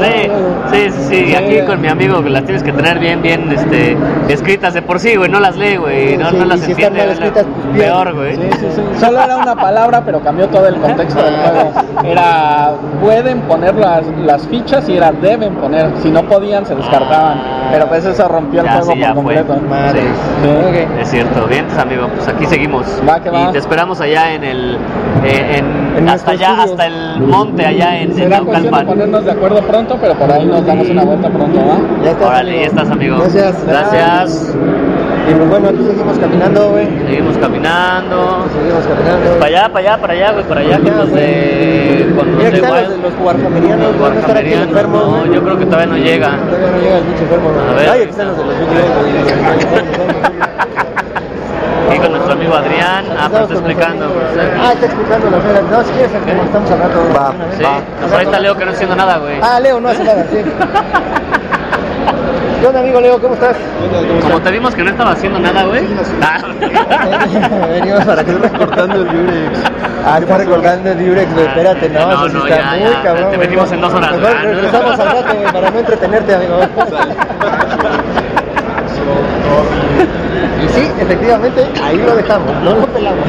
Speaker 2: sí, sí, sí, y aquí con mi amigo que las tienes que tener bien, bien este, escritas de por sí, güey, no las lee, güey, no,
Speaker 5: Sí,
Speaker 2: no
Speaker 5: y
Speaker 2: las
Speaker 5: si están
Speaker 2: entiende,
Speaker 5: mal
Speaker 2: güey, la-
Speaker 5: escritas, pues, bien.
Speaker 2: peor, güey.
Speaker 4: Sí, sí, sí. Solo era una palabra, pero cambió todo el contexto del juego. Era pueden poner las, las fichas y era deben poner, si no podían se descartaban, pero pues eso rompió el
Speaker 2: Ah, Ya,
Speaker 4: juego
Speaker 2: sí, ya
Speaker 4: por
Speaker 2: fue.
Speaker 4: completo.
Speaker 5: Madres.
Speaker 4: Sí.
Speaker 2: Es cierto, bien, pues, amigo, pues aquí seguimos.
Speaker 4: Va que va.
Speaker 2: Y te esperamos allá en el, eh, en,
Speaker 5: En
Speaker 2: hasta
Speaker 5: nuestro
Speaker 2: allá,
Speaker 5: estudio.
Speaker 2: hasta el monte, allá en, en
Speaker 4: Será cuestión de
Speaker 2: Naucalpan.
Speaker 4: ponernos de acuerdo pronto, pero por ahí nos damos una vuelta pronto, ¿va?
Speaker 5: Ya estás.
Speaker 2: Órale, ya estás, amigo.
Speaker 5: Gracias.
Speaker 2: Gracias.
Speaker 5: Y pues bueno, aquí seguimos caminando, güey.
Speaker 2: Seguimos caminando.
Speaker 5: Seguimos caminando.
Speaker 2: Para allá, para allá, para allá, güey, para allá,
Speaker 5: Para
Speaker 2: con
Speaker 5: allá,
Speaker 2: los de, con los
Speaker 5: Mira que
Speaker 2: de
Speaker 5: están los,
Speaker 2: Wild,
Speaker 5: los guarjamerianos,
Speaker 2: los
Speaker 5: van a estar aquí
Speaker 2: guarjamerianos.
Speaker 5: enfermos.
Speaker 2: No,
Speaker 5: güey.
Speaker 2: yo creo que todavía no llega.
Speaker 5: Todavía no llega el pinche enfermo, güey.
Speaker 2: A ver.
Speaker 5: Ay, aquí están los de los
Speaker 2: <laughs> Aquí con nuestro amigo Adrián. Ah, pero está explicando.
Speaker 5: Ah, está explicando la fera. No, si quieres, como estamos hablando. Va,
Speaker 2: Sí, pues ahorita Leo que no está haciendo nada, güey.
Speaker 5: Ah, Leo no hace nada, sí. ¿Qué onda, amigo Leo? ¿Cómo estás?
Speaker 2: Como te vimos que no estaba haciendo nada, güey. Ah.
Speaker 5: <laughs> Venimos para que recortando el Durex. Ah, está recortando el Durex, güey. Espérate, no,
Speaker 2: No,
Speaker 5: eso sí
Speaker 2: no,
Speaker 5: está
Speaker 2: ya,
Speaker 5: muy
Speaker 2: ya,
Speaker 5: cabrón.
Speaker 2: te
Speaker 5: güey.
Speaker 2: venimos en dos horas,
Speaker 5: Mejor
Speaker 2: ¿verdad?
Speaker 5: regresamos al rato, güey, para no entretenerte, amigo. Y sí, efectivamente, ahí lo dejamos, no lo pelamos.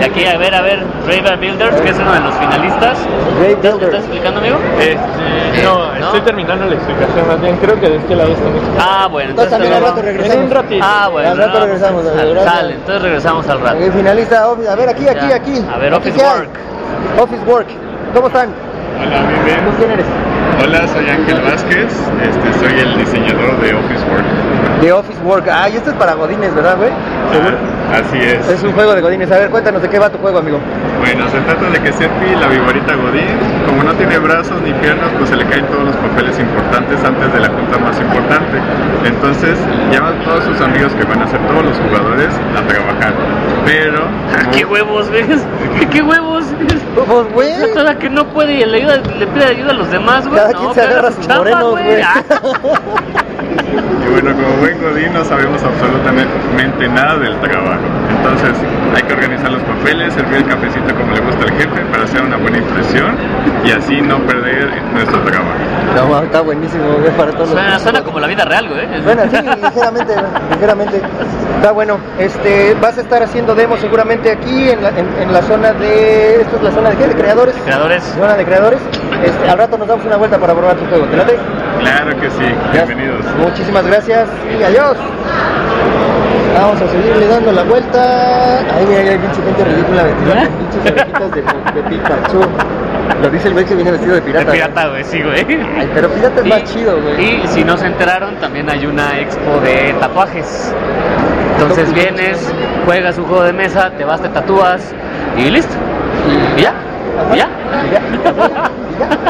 Speaker 2: Y aquí, a ver, a ver, Raven Builders, que es uno de los finalistas.
Speaker 5: Great
Speaker 2: ¿Me estás
Speaker 5: Builder.
Speaker 2: explicando, amigo? ¿Eh?
Speaker 8: Este, no,
Speaker 2: ¿No?
Speaker 8: estoy terminando la explicación más bien. Creo que de este lado está mi explicación.
Speaker 2: Ah, bueno,
Speaker 5: Entonces
Speaker 2: entonces.
Speaker 5: también al
Speaker 2: luego-
Speaker 5: rato regresamos.
Speaker 8: En un ratito.
Speaker 2: Ah, bueno.
Speaker 5: Al rato
Speaker 2: no,
Speaker 5: regresamos,
Speaker 2: pues,
Speaker 5: al rato.
Speaker 2: Sale, entonces regresamos al rato.
Speaker 5: Ok, finalista, office. A ver, aquí, aquí,
Speaker 2: Ya.
Speaker 5: aquí.
Speaker 2: A ver,
Speaker 5: Aquí,
Speaker 2: Office
Speaker 5: ¿qué hay?
Speaker 2: Work.
Speaker 5: Office Work. ¿Cómo están?
Speaker 6: Hola, muy bien.
Speaker 5: ¿Tú quién eres?
Speaker 6: Hola, soy Ángel Vázquez. Este, soy el diseñador de Office Work.
Speaker 5: este De Office Work. Ah, y esto es para Godines, ¿verdad, güey?
Speaker 6: Ah, Así es.
Speaker 5: Es un juego de Godines. A ver, cuéntanos de qué va tu juego, amigo.
Speaker 6: Bueno, se trata de que Serpi, la viborita Godín, como no tiene brazos ni piernas, pues se le caen todos los papeles importantes antes de la junta más importante. Entonces, llama a todos sus amigos que van a ser todos los jugadores a trabajar. Pero, como-
Speaker 2: ¿Qué huevos ves? <laughs> ¿Qué huevos?
Speaker 5: Pues, güey.
Speaker 2: Cada que no puede y le, ayuda, le pide ayuda a los demás, güey.
Speaker 5: Cada
Speaker 2: no,
Speaker 5: quien se
Speaker 2: que haga
Speaker 5: agarra
Speaker 2: su
Speaker 5: sus
Speaker 2: chamba,
Speaker 5: morenos, güey.
Speaker 2: Ah,
Speaker 5: <laughs>
Speaker 6: Y bueno, como buen Godín no sabemos absolutamente nada del trabajo. Entonces hay que organizar los papeles, servir el cafecito como le gusta al jefe para hacer una buena impresión y así no perder nuestro trabajo.
Speaker 5: No, mames, está buenísimo, güey, para todos los-
Speaker 2: Suena, suena como la vida real, güey.
Speaker 5: Bueno, sí, ligeramente, ligeramente. Está bueno. Este, vas a estar haciendo demos seguramente aquí en la, en, en la zona de. ¿Esto es la zona de qué? ¿De creadores?
Speaker 2: Creadores.
Speaker 5: Zona de creadores. Este, al rato nos damos una vuelta para probar tu juego. ¿Te late?
Speaker 6: Claro que sí, bienvenidos.
Speaker 5: Muchísimas gracias y adiós. Vamos a seguirle dando la vuelta. Ay, mira, hay pinche gente ridícula vestida
Speaker 2: <laughs>
Speaker 5: con pinches orejitas de, de Pikachu. Lo dice el güey que viene vestido de pirata. ¿eh?
Speaker 2: De
Speaker 5: ¿no?
Speaker 2: pirata, güey, <laughs> sí, güey.
Speaker 5: Ay, pero pirata es
Speaker 2: Y-
Speaker 5: más chido, güey.
Speaker 2: Y si no se enteraron, también hay una expo de tatuajes. Entonces vienes, juegas un juego de mesa, te vas, te tatúas y listo. Y ya, y ya.
Speaker 5: Y ya, y ya, y ya.
Speaker 2: <laughs>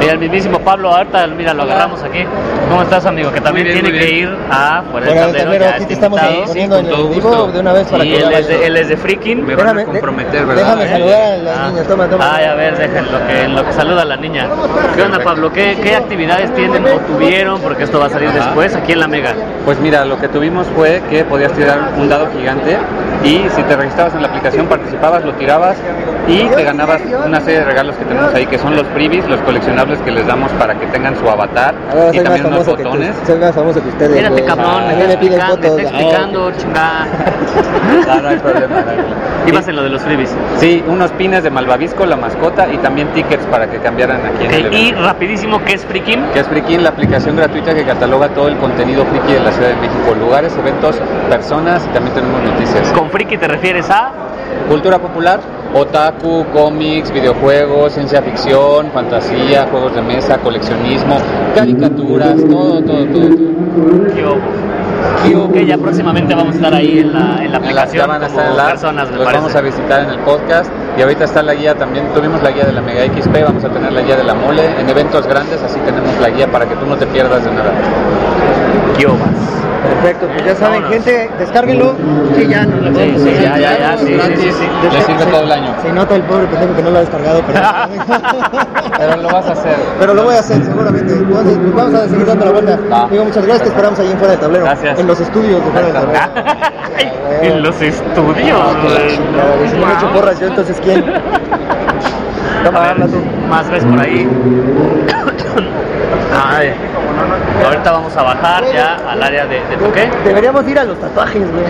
Speaker 2: Mira, el mismísimo Pablo, ahorita, mira, lo agarramos aquí. ¿Cómo estás, amigo? Que también
Speaker 4: Muy bien,
Speaker 2: tiene
Speaker 4: muy
Speaker 2: que
Speaker 4: bien.
Speaker 2: ir a Fuera del
Speaker 5: Bueno,
Speaker 2: Tablero.
Speaker 5: tablero,
Speaker 2: ya
Speaker 5: aquí te
Speaker 2: está
Speaker 5: estamos
Speaker 2: invitado.
Speaker 5: poniendo
Speaker 4: sí,
Speaker 5: en
Speaker 4: con todo
Speaker 5: el vivo
Speaker 4: gusto.
Speaker 5: de una vez para
Speaker 2: Y
Speaker 5: que lo
Speaker 2: él es,
Speaker 5: hagas.
Speaker 2: de, él es de Freaking.
Speaker 4: Me van
Speaker 5: eh.
Speaker 4: a comprometer, ¿verdad?
Speaker 5: Déjame
Speaker 4: Eh,
Speaker 5: saludar a las
Speaker 2: Ah.
Speaker 5: niñas, toma, toma.
Speaker 2: Ay, a ver, déjenlo que, en lo que saluda a la niña. ¿Qué onda, Pablo? ¿Qué, qué actividades tienen o tuvieron? Porque esto va a salir después aquí en la Mega.
Speaker 4: Pues mira, lo que tuvimos fue que podías tirar un dado gigante y si te registrabas en la aplicación, participabas, lo tirabas y te ganabas una serie de regalos que tenemos ahí, que son los freebies, los coleccionables que les damos para que tengan su avatar
Speaker 5: Ahora
Speaker 4: y
Speaker 5: soy más
Speaker 4: también unos
Speaker 5: famoso que
Speaker 4: botones.
Speaker 5: tú. Soy más famoso que ustedes.
Speaker 2: Espérate,
Speaker 5: güey.
Speaker 2: cabrón,
Speaker 5: A
Speaker 2: me
Speaker 5: mí
Speaker 2: está
Speaker 5: me piden
Speaker 2: explicando,
Speaker 5: fotos. ah.
Speaker 2: me está explicando, chingada.
Speaker 4: <laughs> Ah, No, no hay problema, no hay problema.
Speaker 2: Ibas en lo de los freebies.
Speaker 4: Sí, unos pines de Malvavisco, la mascota, y también tickets para que cambiaran aquí en el
Speaker 2: Ok, y
Speaker 4: evento.
Speaker 2: rapidísimo, ¿qué es Freaking?
Speaker 4: Que es Friki, la aplicación gratuita que cataloga todo el contenido friki de la Ciudad de México, lugares, eventos, personas y también tenemos noticias.
Speaker 2: Con friki te refieres a
Speaker 4: Cultura popular, otaku, cómics, videojuegos, ciencia ficción, fantasía, juegos de mesa, coleccionismo, caricaturas, todo, todo, todo. todo.
Speaker 2: Kiobo. Que ya próximamente vamos a estar ahí en la, en la aplicación.
Speaker 4: Ya van a estar
Speaker 2: como
Speaker 4: en la app,
Speaker 2: personas, me
Speaker 4: los
Speaker 2: parece.
Speaker 4: vamos a visitar en el podcast y ahorita está la guía también, tuvimos la guía de la Mega XP, vamos a tener la guía de la Mole, en eventos grandes así tenemos la guía para que tú no te pierdas de nada.
Speaker 2: Kiobas.
Speaker 5: Perfecto, pues ya saben,
Speaker 2: Vámonos.
Speaker 5: gente, descárguenlo. Sí, ya, no, lo
Speaker 2: Sí, sí, ya, ya, ya, sí, sí, sí, sí.
Speaker 4: Le sirve todo el año.
Speaker 5: Se nota el pobre pendejo que no lo ha descargado, pero...
Speaker 4: Pero lo vas a hacer.
Speaker 5: Pero lo voy a hacer seguramente. Entonces, pues vamos a seguir dando la vuelta.
Speaker 4: Va.
Speaker 5: Digo, muchas gracias, te esperamos ahí en fuera del tablero.
Speaker 4: Gracias.
Speaker 5: En los estudios de fuera del tablero.
Speaker 2: Ay, en los estudios. güey.
Speaker 5: Chingada, güey, Si no me echo porras yo, entonces ¿quién? Toma,
Speaker 2: A
Speaker 5: habla
Speaker 2: ver,
Speaker 5: tú.
Speaker 2: más ves por ahí. <coughs> Ay. Ahorita vamos a bajar ya al área de, de toque.
Speaker 5: Deberíamos ir a los tatuajes, güey.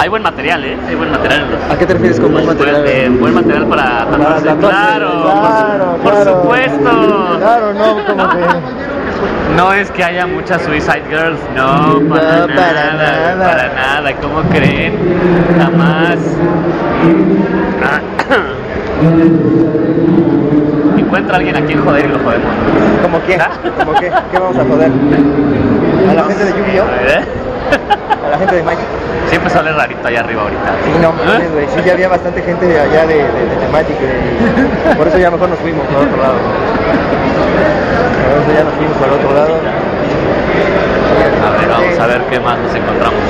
Speaker 2: Hay buen material, ¿eh? Hay buen material. en los-
Speaker 5: ¿A qué te refieres con buen
Speaker 2: Buen-
Speaker 5: material?
Speaker 2: eh, buen material para tatuarse.
Speaker 5: tatuajes,
Speaker 2: Claro,
Speaker 5: claro,
Speaker 2: por, su- por
Speaker 5: claro.
Speaker 2: supuesto.
Speaker 5: Claro, no, como que.
Speaker 2: No es que haya muchas Suicide Girls, no, para,
Speaker 5: No,
Speaker 2: nada,
Speaker 5: para nada.
Speaker 2: para nada, ¿cómo creen? Jamás. Ah. <coughs> Encuentra a alguien a quien joder y lo jodemos. ¿Ah?
Speaker 5: ¿Como qué? ¿Como qué? ¿Qué vamos a joder? ¿A la gente de Yu-Gi-Oh?
Speaker 2: ¿Eh?
Speaker 5: ¿A la gente de Magic?
Speaker 2: Siempre sale rarito allá arriba ahorita.
Speaker 5: Sí, no mames, güey. Sí, ya había bastante gente de allá de, de, de, de Magic. güey. Por eso ya mejor nos fuimos por otro lado. Por eso ya nos fuimos por otro lado.
Speaker 2: A ver, vamos a ver qué más nos encontramos.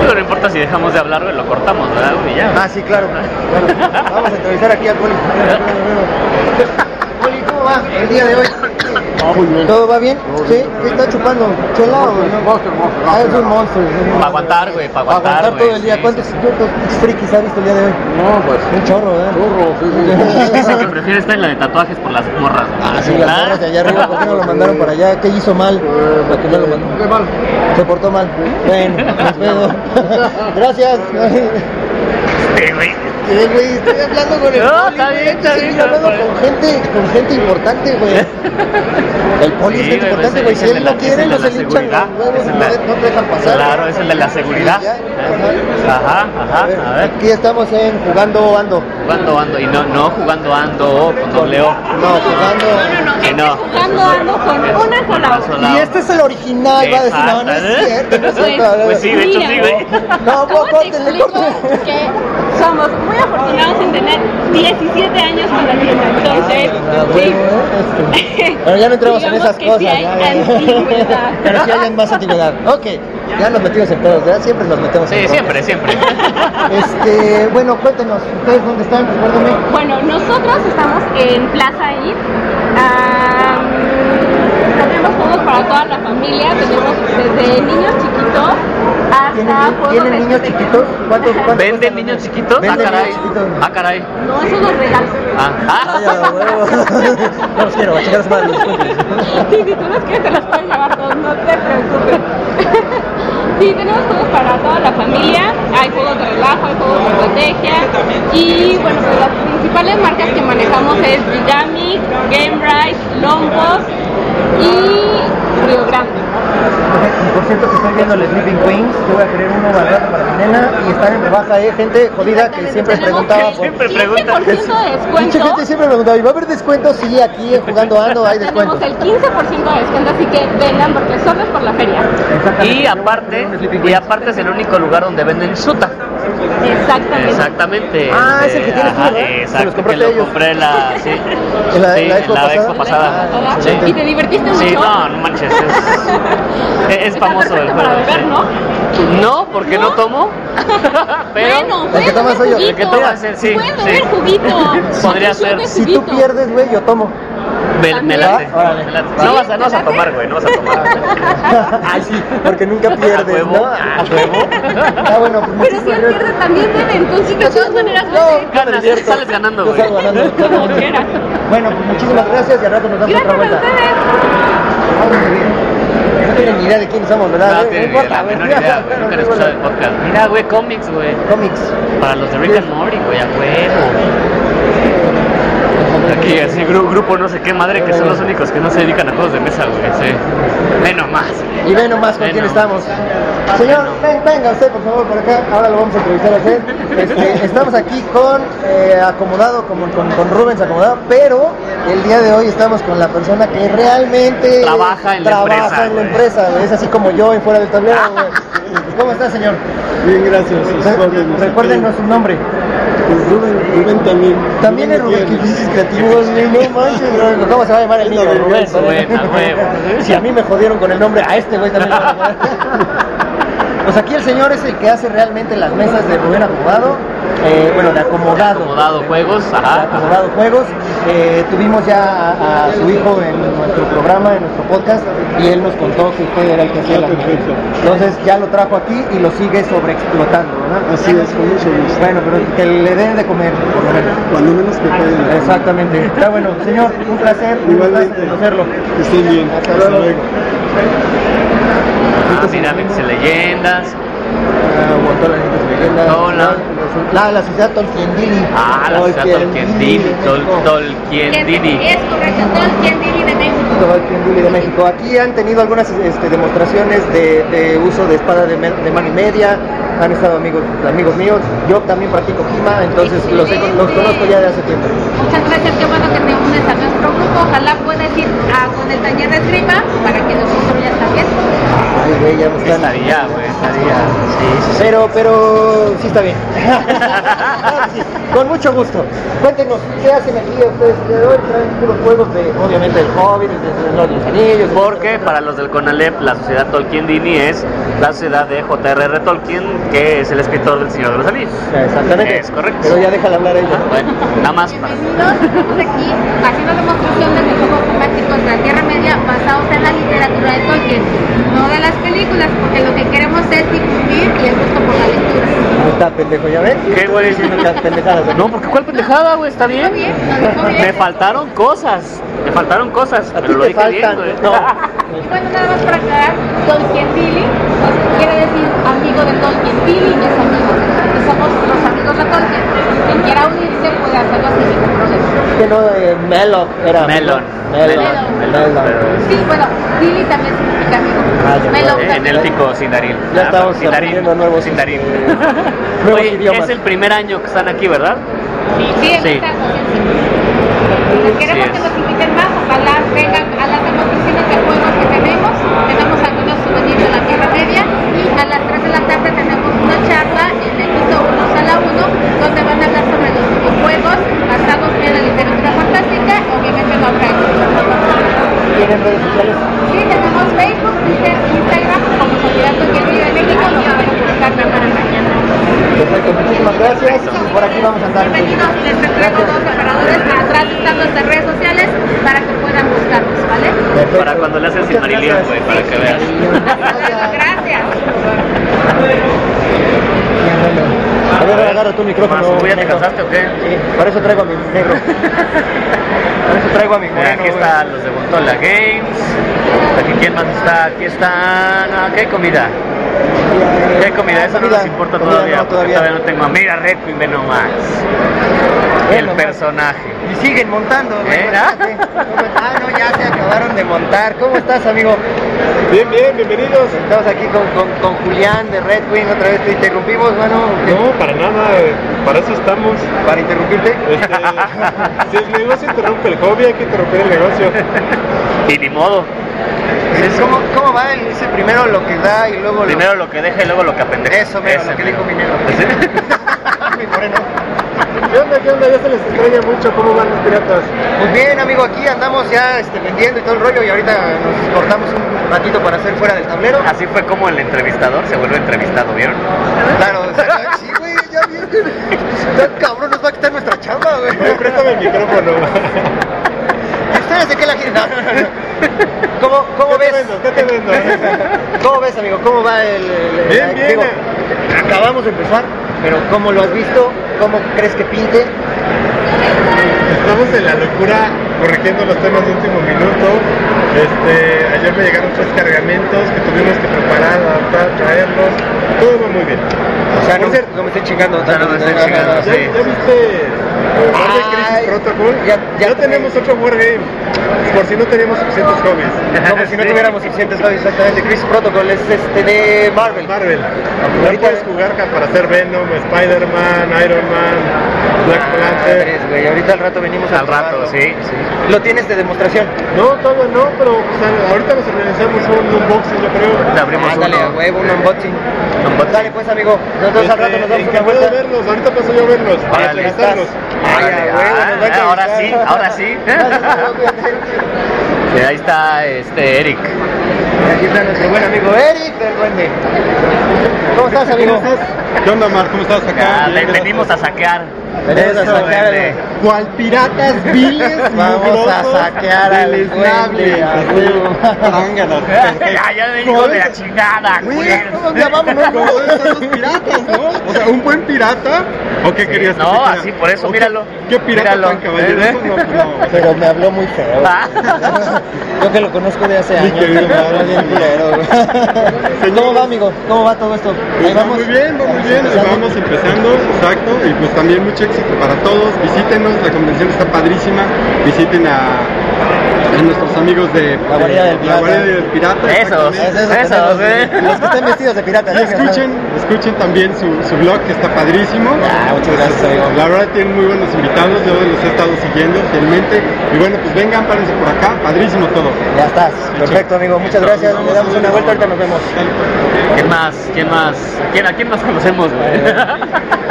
Speaker 2: Pero no importa si dejamos de hablar, güey, lo cortamos, ¿verdad? güey? Y ya.
Speaker 5: Ah, sí, claro. Bueno, vamos a entrevistar aquí al Poli. Poli, ¿cómo va el día de hoy? ¿Todo va bien? ¿Sí? ¿Qué está chupando? ¿Chela o no? Ah, es un monstruo. es un monstruo.
Speaker 2: Pa' aguantar, güey, pa'
Speaker 5: Pa'
Speaker 2: aguantar,
Speaker 5: aguantar Pues todo
Speaker 2: güey,
Speaker 5: el día.
Speaker 2: sí,
Speaker 5: ¿Cuántos
Speaker 2: sí,
Speaker 5: cuántos frikis ha visto el día de hoy?
Speaker 4: No, pues
Speaker 5: Un chorro, ¿eh? ¿verdad?
Speaker 2: Dice que prefiere estar en la de tatuajes por las morras. güey.
Speaker 5: <laughs> Ah, sí, las
Speaker 2: ¿Verdad?
Speaker 5: morras de allá arriba, ¿por qué no lo mandaron para allá? ¿Qué hizo mal?
Speaker 2: Eh,
Speaker 5: ¿Para qué no lo mandó? mal? Se portó
Speaker 2: <laughs>
Speaker 5: mal. Bueno, nos vemos. Gracias.
Speaker 2: Este, güey,
Speaker 5: qué, güey? Estoy hablando con el
Speaker 2: No,
Speaker 5: poli,
Speaker 2: está
Speaker 5: güey.
Speaker 2: bien, está
Speaker 5: Estoy
Speaker 2: bien,
Speaker 5: hablando
Speaker 2: no, pues.
Speaker 5: con gente, con gente importante, güey. El poli
Speaker 2: Sí,
Speaker 5: es gente
Speaker 2: güey,
Speaker 5: importante,
Speaker 2: pues,
Speaker 5: güey. Si
Speaker 2: es el
Speaker 5: él
Speaker 2: de
Speaker 5: no
Speaker 2: la- es
Speaker 5: quiere,
Speaker 2: el
Speaker 5: no
Speaker 2: de la
Speaker 5: se le hinchan
Speaker 2: seguridad,
Speaker 5: los huevos,
Speaker 2: es el
Speaker 5: no
Speaker 2: de-
Speaker 5: de- no te dejan pasar.
Speaker 2: Claro, es el de la seguridad.
Speaker 5: Ya, ajá.
Speaker 2: Ajá, ajá,
Speaker 5: A ver,
Speaker 2: a ver.
Speaker 5: Aquí estamos en jugando ando.
Speaker 2: Jugando ando, y no, no jugando ando con doble O.
Speaker 5: No, jugando.
Speaker 3: no, no,
Speaker 2: Que
Speaker 3: este
Speaker 2: no.
Speaker 3: jugando ando con
Speaker 2: Es
Speaker 3: una sola O.
Speaker 2: sola
Speaker 5: Y
Speaker 2: O.
Speaker 5: este es el original, va a decir, no, no
Speaker 2: Exacto,
Speaker 5: es
Speaker 2: ¿eh?
Speaker 5: cierto, no es
Speaker 3: Pues-
Speaker 5: cierto.
Speaker 2: Pues sí, de hecho sí, güey.
Speaker 5: No,
Speaker 3: ¿Cómo te
Speaker 5: córtenle,
Speaker 3: explico
Speaker 5: córtenle.
Speaker 3: que somos muy afortunados en tener 17 años con la tienda? Entonces,
Speaker 2: Ah,
Speaker 3: sí.
Speaker 5: Bueno, ya no entramos en
Speaker 3: Digamos
Speaker 5: esas
Speaker 3: que
Speaker 5: cosas.
Speaker 3: sí hay
Speaker 5: ya, ya, ya.
Speaker 3: antigüedad.
Speaker 5: <laughs> Pero sí hay más antigüedad. Ok, ya nos metimos en pedos, ¿verdad? Siempre nos metemos en
Speaker 2: Sí,
Speaker 5: pedos.
Speaker 2: siempre, siempre.
Speaker 5: <laughs> Este, bueno, cuéntenos, ¿ustedes dónde están? Recuérdame.
Speaker 3: <laughs> Bueno, nosotros estamos en Plaza Ir. tenemos juegos para toda la familia, tenemos desde niños chiquitos hasta
Speaker 5: ¿Tienen,
Speaker 3: juegos
Speaker 5: tienen
Speaker 3: de-
Speaker 5: niños chiquitos? ¿Cuántos, cuántos
Speaker 2: ¿Venden
Speaker 5: cuestan?
Speaker 2: niños chiquitos? Ah,
Speaker 5: Venden
Speaker 2: caray.
Speaker 5: niños chiquitos.
Speaker 2: Ah, caray.
Speaker 3: No, eso los regalos.
Speaker 2: Ah, ah.
Speaker 5: Ay, a huevo. <laughs> No los quiero, a chingar a su madre, los cuentes.
Speaker 3: <laughs> Sí, si tú los quieres te los puedes llevar todos, no te preocupes. <laughs> Sí, tenemos juegos para toda la familia, hay juegos de relajo, hay juegos de estrategia y bueno, pues las principales marcas que manejamos es Gigamic, Game Right, Lombos y Rio Grande.
Speaker 5: Ok, y Por cierto, que estoy viendo el Sleeping Queens. Yo voy a querer uno al rato para mi nena. Y están en rebaja, ¿eh? Gente jodida que siempre
Speaker 3: Tenemos
Speaker 5: preguntaba
Speaker 3: el
Speaker 5: por.
Speaker 2: Siempre preguntan.
Speaker 3: 15% de
Speaker 5: Mucha
Speaker 3: descuento.
Speaker 5: gente siempre preguntaba, ¿y va a haber descuentos? Sí, aquí en Jugando Ando hay
Speaker 3: Tenemos
Speaker 5: descuentos.
Speaker 3: el 15% de descuento, así que vengan porque solo es por la feria.
Speaker 5: Exactamente.
Speaker 2: Y aparte, y aparte es el único lugar donde venden suta.
Speaker 3: Exactamente.
Speaker 2: Exactamente. Eh,
Speaker 5: Ah, es el que tiene
Speaker 2: ajá,
Speaker 5: tú, ¿verdad? Se los
Speaker 2: Exacto, que
Speaker 5: compraste a
Speaker 2: lo
Speaker 5: ellos.
Speaker 2: compré la, sí,
Speaker 5: ¿En la-
Speaker 2: Sí,
Speaker 5: en la expo pasada?
Speaker 2: pasada.
Speaker 3: Ah,
Speaker 2: Sí.
Speaker 3: ¿Y te divertiste
Speaker 2: Sí,
Speaker 3: mucho?
Speaker 2: no, no
Speaker 3: <laughs>
Speaker 2: manches, es, es- es
Speaker 3: Está
Speaker 2: famoso el
Speaker 3: perfecto
Speaker 2: juego.
Speaker 3: para beber,
Speaker 2: sí.
Speaker 3: ¿no?
Speaker 2: No, porque no, tomo. Pero
Speaker 3: <laughs> bueno,
Speaker 5: El que
Speaker 3: puedes
Speaker 5: toma
Speaker 3: beber
Speaker 5: soy yo,
Speaker 3: juguito.
Speaker 5: el
Speaker 2: que toma es él, sí,
Speaker 3: Puedes
Speaker 2: sí.
Speaker 3: beber juguito.
Speaker 2: <laughs> Podría ser.
Speaker 3: Consume
Speaker 5: Si tú
Speaker 3: juguito.
Speaker 5: pierdes, güey, yo tomo.
Speaker 2: me, me
Speaker 3: ¿También?
Speaker 2: late.
Speaker 5: Ah, órale.
Speaker 2: me late. No vas a, no vas a tomar, güey, no vas a tomar.
Speaker 5: <laughs> Ay, sí, porque nunca
Speaker 2: A
Speaker 5: pierdes,
Speaker 2: huevo,
Speaker 5: ¿no?
Speaker 2: a huevo.
Speaker 5: Ah, bueno, pues
Speaker 3: Pero si él
Speaker 5: muchísimas
Speaker 3: pierde también debe, entonces de todas maneras bebe.
Speaker 2: Ganas, sales ganando,
Speaker 5: Yo
Speaker 2: güey.
Speaker 5: salgo ganando.
Speaker 3: Como quieras.
Speaker 5: Bueno, pues muchísimas gracias y al rato nos damos
Speaker 3: Gracias
Speaker 5: otra
Speaker 3: a
Speaker 5: vuelta.
Speaker 3: ustedes.
Speaker 5: Vámonos bien. No tienen ni idea de quiénes somos, ¿verdad?
Speaker 2: No,
Speaker 5: Eh,
Speaker 2: tiene
Speaker 5: importa,
Speaker 2: la
Speaker 5: güey.
Speaker 2: menor idea, güey. Nunca he escuchado el podcast. Mira, güey, cómics, güey.
Speaker 5: Cómics. Pues
Speaker 2: Para los de Rick and Morty, güey, a huevo. Aquí, así, gru- grupo no sé qué madre, que son los únicos que no se dedican a juegos de mesa, güey, sí. Ve nomás.
Speaker 5: Y ve nomás con
Speaker 2: Ve
Speaker 5: quién
Speaker 2: nomás.
Speaker 5: estamos. pues, Señor, ven- venga usted por favor por acá. Ahora lo vamos a entrevistar a usted.
Speaker 2: <laughs>
Speaker 5: Este, estamos aquí con eh, acomodado, como con, con Rubens acomodado, pero el día de hoy estamos con la persona que realmente
Speaker 2: Trabaja en la
Speaker 5: trabaja
Speaker 2: empresa,
Speaker 5: en la
Speaker 2: güey.
Speaker 5: empresa, güey. Es así como yo en fuera del tablero.
Speaker 2: <laughs>
Speaker 5: güey. ¿Cómo está, señor?
Speaker 9: Bien, gracias. Recuerden,
Speaker 5: Recuérdenos su nombre.
Speaker 9: Pues Rubén, Rubén también.
Speaker 5: También es Rubén, que dices
Speaker 9: <laughs>
Speaker 5: creativo, güey, no manches, güey. ¿Cómo se va a llamar el niño? Rubén.
Speaker 2: Rubén, a huevo.
Speaker 5: Si a mí me jodieron con el nombre, a este
Speaker 9: <laughs>
Speaker 5: güey también. lo jodieron. Pues aquí el señor es el que hace realmente las mesas de Rubén Acomodado, eh, bueno, de acomodado.
Speaker 2: Acomodado juegos,
Speaker 5: de
Speaker 2: ajá. ajá.
Speaker 5: acomodado juegos. Eh, tuvimos ya a, a su hijo en nuestro programa, en nuestro podcast, y él nos contó que usted era el que
Speaker 9: Ah,
Speaker 5: hacía las mesas. Entonces ya lo trajo aquí y lo sigue sobreexplotando, ¿verdad?
Speaker 9: Así es, con mucho gusto.
Speaker 5: Bueno, pero que le den de comer, por lo menos.
Speaker 9: Cuando menos que pueden.
Speaker 5: Exactamente. Está bueno, señor, un placer, un placer
Speaker 9: Igualmente.
Speaker 5: conocerlo.
Speaker 9: Que estén bien.
Speaker 5: Hasta
Speaker 9: Hasta
Speaker 5: luego.
Speaker 9: luego.
Speaker 2: Ah, mira, mitos y leyendas.
Speaker 5: Ah, aguantó la gente, su leyenda.
Speaker 2: Hola.
Speaker 5: La, la sociedad Tolkiendili.
Speaker 2: Ah, la sociedad Tolkiendini, Tol-
Speaker 3: Que
Speaker 2: Tolkiendini.
Speaker 3: Es correcto, todo quien Dili de México.
Speaker 5: Tolkiendili de México. Aquí han tenido algunas este, demostraciones de, de uso de espada de, me- de mano y media. Han estado amigos, amigos míos. Yo también practico Kima, entonces los, he- los conozco ya de hace tiempo.
Speaker 3: Muchas gracias, qué bueno que te unes a nuestro grupo. Ojalá puedas ir a, con el taller de esgrima para que nos instruyas también.
Speaker 5: Ay, güey, ya me están-
Speaker 2: Estaría, güey, estaría. Sí, sí,
Speaker 5: Pero, pero sí
Speaker 2: <laughs>
Speaker 5: está bien. Claro que sí, Con mucho gusto. Cuéntenos, ¿qué hacen aquí ustedes el día de hoy? Traen puros juegos de, obviamente, el Hobbit, el Señor de los Anillos.
Speaker 2: sí. Porque para los del CONALEP, la sociedad Tolkiendini es la sociedad de J.R.R. Tolkien, que es el escritor del Señor de los Anillos.
Speaker 5: Exactamente.
Speaker 2: Es correcto.
Speaker 5: Pero ya déjala hablar a ella.
Speaker 2: Bueno, nada más para.
Speaker 3: Bienvenidos, estamos aquí haciendo demostraciones de juegos temáticos de la Tierra Media basados en la literatura de Tolkien, no de las películas, porque lo que queremos es difundir el gusto por la lectura.
Speaker 5: Ahí Está pendejo, ¿ya ves?
Speaker 2: ¿Qué, <laughs> güey?
Speaker 5: Las pendejadas.
Speaker 2: No, porque cuál pendejada, güey, está bien.
Speaker 3: Bien, lo dijo
Speaker 2: Me
Speaker 3: bien.
Speaker 2: faltaron cosas, me faltaron cosas,
Speaker 5: A ti
Speaker 2: pero lo
Speaker 5: te
Speaker 2: dije bien,
Speaker 5: faltan.
Speaker 2: güey. <laughs>
Speaker 3: Y
Speaker 5: No.
Speaker 3: bueno, Pues nada más para aclarar, Tolkien Billy quiere decir amigo de Tolkien. Billy es amigo, que somos los amigos de Tolkien.
Speaker 5: Este no, eh, Melon era.
Speaker 2: Melon.
Speaker 5: Melon.
Speaker 10: Melon.
Speaker 5: Melon.
Speaker 2: pero-
Speaker 10: Sí, bueno, Lili también significa amigo.
Speaker 5: Ah, ya,
Speaker 10: Melon
Speaker 2: Eh, En
Speaker 10: también.
Speaker 2: el pico Sindarin.
Speaker 5: Ya estamos
Speaker 2: Sindarin,
Speaker 5: aprendiendo nuevos, este,
Speaker 2: Sindarin. <laughs>
Speaker 5: nuevos
Speaker 2: Oye,
Speaker 5: idiomas.
Speaker 2: es el primer año que están aquí, ¿verdad?
Speaker 10: Sí, en
Speaker 2: Sí.
Speaker 10: esta ocasión sí. Queremos
Speaker 2: Así
Speaker 10: que
Speaker 2: es.
Speaker 10: nos inviten más, ojalá vengan a las demostraciones de juegos que tenemos. Tenemos algunos souvenirs de la Tierra Media y a las 3 de la tarde tenemos una charla en el piso 1, sala 1, donde van a hablar sobre los videojuegos basados en la literatura fantástica, obviamente no habrá
Speaker 5: Tienen redes sociales.
Speaker 10: Sí, tenemos Facebook, Twitter, Instagram, como Sociedad Tokio de México, y nos van a buscar para mañana.
Speaker 5: Perfecto, muchísimas gracias. Y por aquí vamos a andar.
Speaker 10: Bienvenidos, les entrego dos separadores. Atrás están nuestras redes sociales para que puedan buscarnos, ¿vale?
Speaker 5: Perfecto.
Speaker 2: Para cuando le haces
Speaker 5: Muchas
Speaker 2: Sindarilio,
Speaker 5: gracias.
Speaker 2: güey, para que veas.
Speaker 10: Gracias.
Speaker 5: A ver, agarra tu
Speaker 2: Más,
Speaker 5: micrófono.
Speaker 2: ¿Tú ya te
Speaker 5: negro.
Speaker 2: casaste o qué?
Speaker 5: Sí, para eso traigo a mi negro. Para eso traigo a mi
Speaker 2: Mira,
Speaker 5: moreno.
Speaker 2: aquí
Speaker 5: güey.
Speaker 2: están los de Bontola Games. Aquí quién más está, aquí están. Ah, ¿Qué hay comida? ¿Qué hay comida? Eso no
Speaker 5: Comida,
Speaker 2: nos importa
Speaker 5: comida,
Speaker 2: todavía,
Speaker 5: no,
Speaker 2: porque
Speaker 5: todavía.
Speaker 2: todavía no tengo. Mira, Redwing, ve nomás.
Speaker 5: Ve
Speaker 2: El
Speaker 5: nomás.
Speaker 2: personaje.
Speaker 5: Y siguen montando. güey,
Speaker 2: ¿Eh?
Speaker 5: imagínate. ¿Cómo- Ah, no, ya se acabaron de montar. ¿Cómo estás, amigo?
Speaker 11: Bien, bien, bienvenidos.
Speaker 5: Estamos aquí con, con, con Julián de Red Wing. Otra vez te interrumpimos, mano.
Speaker 11: No, para nada, eh, para eso estamos.
Speaker 5: Para interrumpirte.
Speaker 11: Este, si el negocio interrumpe el hobby, hay que interrumpir el negocio.
Speaker 2: Y ni modo.
Speaker 5: ¿Cómo, cómo va? el- Dice primero lo que da y luego lo
Speaker 2: Primero lo que deja y luego lo que apendeja.
Speaker 5: Eso, mero,
Speaker 2: Ese
Speaker 5: lo que
Speaker 2: mero. ¿Ah,
Speaker 5: dijo mi negro. <laughs> Mi moreno.
Speaker 11: ¿Qué onda, qué onda? Ya se les extraña mucho cómo van los piratas.
Speaker 5: Pues bien, amigo, aquí andamos ya este, vendiendo y todo el rollo y ahorita nos cortamos un ratito para hacer fuera del tablero.
Speaker 2: Así fue como el entrevistador se vuelve entrevistado, ¿vieron?
Speaker 5: Claro, o sea, sí, güey, ya vieron. Está cabrón, nos va a quitar nuestra chamba, güey.
Speaker 11: Oye, préstame el micrófono.
Speaker 5: ¿Y ustedes de qué la quieren? No, no, no, no. ¿Cómo, cómo
Speaker 11: ¿Qué te
Speaker 5: ves?
Speaker 11: vendo? ¿Qué te vendo?
Speaker 5: ¿Cómo ves, amigo? ¿Cómo va el...? el-
Speaker 11: Bien,
Speaker 5: el-
Speaker 11: bien.
Speaker 5: digo, acabamos de empezar, pero ¿cómo lo has visto? ¿Cómo crees que pinte?
Speaker 11: Estamos en la locura corrigiendo los temas de último minuto. Este, ayer me llegaron tres cargamentos que tuvimos que preparar, adaptar, traerlos. Todo va muy bien.
Speaker 5: O sea, no,
Speaker 11: Por cierto,
Speaker 5: no me estoy chingando.
Speaker 2: sea, no me estoy chingando,
Speaker 11: Ah, ¿Ya,
Speaker 2: Sí.
Speaker 11: ya viste Marvel Crisis
Speaker 5: Ay,
Speaker 11: Protocol?
Speaker 5: ya-
Speaker 11: Ya,
Speaker 5: ya te-
Speaker 11: tenemos otro wargame, por si no tenemos suficientes hobbies.
Speaker 5: Como si no
Speaker 2: Sí.
Speaker 5: tuviéramos suficientes hobbies, exactamente. Chris Protocol es este de Marvel.
Speaker 11: Marvel,
Speaker 5: Ahorita-
Speaker 11: ya puedes jugar ca- para hacer Venom, Spider-Man, Iron Man, Black Panther.
Speaker 5: Madres, Ah, güey, ahorita al rato venimos a
Speaker 2: Al rato,
Speaker 5: probarlo.
Speaker 2: sí.
Speaker 5: Lo tienes de demostración.
Speaker 11: No, todavía no, pero pues, al- ahorita nos organizamos un unboxing, yo creo.
Speaker 2: Le abrimos
Speaker 5: Ándale, a
Speaker 2: uno.
Speaker 5: huevo, un unboxing. Dale pues amigo, nosotros al rato nos damos
Speaker 11: Este,
Speaker 5: una
Speaker 11: encantado de
Speaker 5: vuelta.
Speaker 11: verlos, ahorita paso yo a verlos, para
Speaker 2: Órale,
Speaker 11: entrevistarnos.
Speaker 5: Ay,
Speaker 2: Órale,
Speaker 5: a huevo,
Speaker 2: ah,
Speaker 5: nos va a
Speaker 2: ahora sí,
Speaker 5: entrevistar.
Speaker 2: ahora sí.
Speaker 5: Gracias, amigo, cuídate.
Speaker 2: Sí, ahí está este Eric.
Speaker 5: Y Aquí está <laughs> nuestro buen amigo Eric del Duende. ¿Cómo estás amigo?
Speaker 11: ¿Qué onda, Mar? ¿Cómo estás
Speaker 2: Ah, le- venimos a saquear.
Speaker 5: Venimos a
Speaker 2: Eso,
Speaker 5: sacar
Speaker 2: vende.
Speaker 5: a
Speaker 7: ¿Cuál piratas
Speaker 5: <laughs>
Speaker 7: viles?
Speaker 5: Vamos a
Speaker 7: mugrosos,
Speaker 5: saquear al
Speaker 7: deleznables,
Speaker 5: duende, a
Speaker 7: <laughs>
Speaker 5: huevo.
Speaker 7: así, Trángalas,
Speaker 5: <laughs>
Speaker 7: perfecto.
Speaker 2: Ya, ya le digo de la chingada,
Speaker 7: Güey,
Speaker 2: culero.
Speaker 11: <laughs>
Speaker 7: ya vámonos, como deben ser los piratas, ¿no? O sea, un buen pirata. ¿O qué querías que
Speaker 2: no,
Speaker 7: te dijera?
Speaker 2: así, por eso,
Speaker 7: ¿O qué-
Speaker 2: míralo.
Speaker 7: ¿Qué pirata
Speaker 2: Míralo. ¿Eh?
Speaker 7: tan caballeroso? No, pues, no, o sea,
Speaker 5: Pero me habló muy feo.
Speaker 2: Ah.
Speaker 5: Yo que lo conozco de hace
Speaker 7: Mi
Speaker 5: años,
Speaker 7: querido
Speaker 5: que me habló
Speaker 7: Mauro.
Speaker 5: bien
Speaker 7: <laughs>
Speaker 5: culero, güey. ¿Cómo va amigo? ¿Cómo va todo esto?
Speaker 7: Pues va muy bien, va muy bien,
Speaker 5: empezando.
Speaker 7: vamos empezando, exacto, y pues también mucho éxito para todos, visítenos, la convención está padrísima, visiten a, a nuestros amigos de
Speaker 5: La Guardia del
Speaker 7: la
Speaker 5: Pirata.
Speaker 7: Guardia del Pirata,
Speaker 2: Esos.
Speaker 7: exactamente.
Speaker 5: Es eso, que
Speaker 2: Eso,
Speaker 5: tenemos,
Speaker 2: sí.
Speaker 5: Los que estén vestidos de pirata.
Speaker 7: Y
Speaker 5: ¿sí?
Speaker 7: escuchen, escuchen también su, su blog que está padrísimo. Pues,
Speaker 5: Ah, muchas gracias, amigo.
Speaker 7: La verdad tienen muy buenos invitados, yo los he estado siguiendo fielmente. Y bueno, pues vengan, párense por acá, padrísimo todo.
Speaker 5: Ya estás. Perfecto, amigo. Muchas gracias. Le damos una vuelta, ahorita nos vemos.
Speaker 2: ¿Quién más? ¿Quién más? ¿Quién, ¿A quién más conocemos, güey?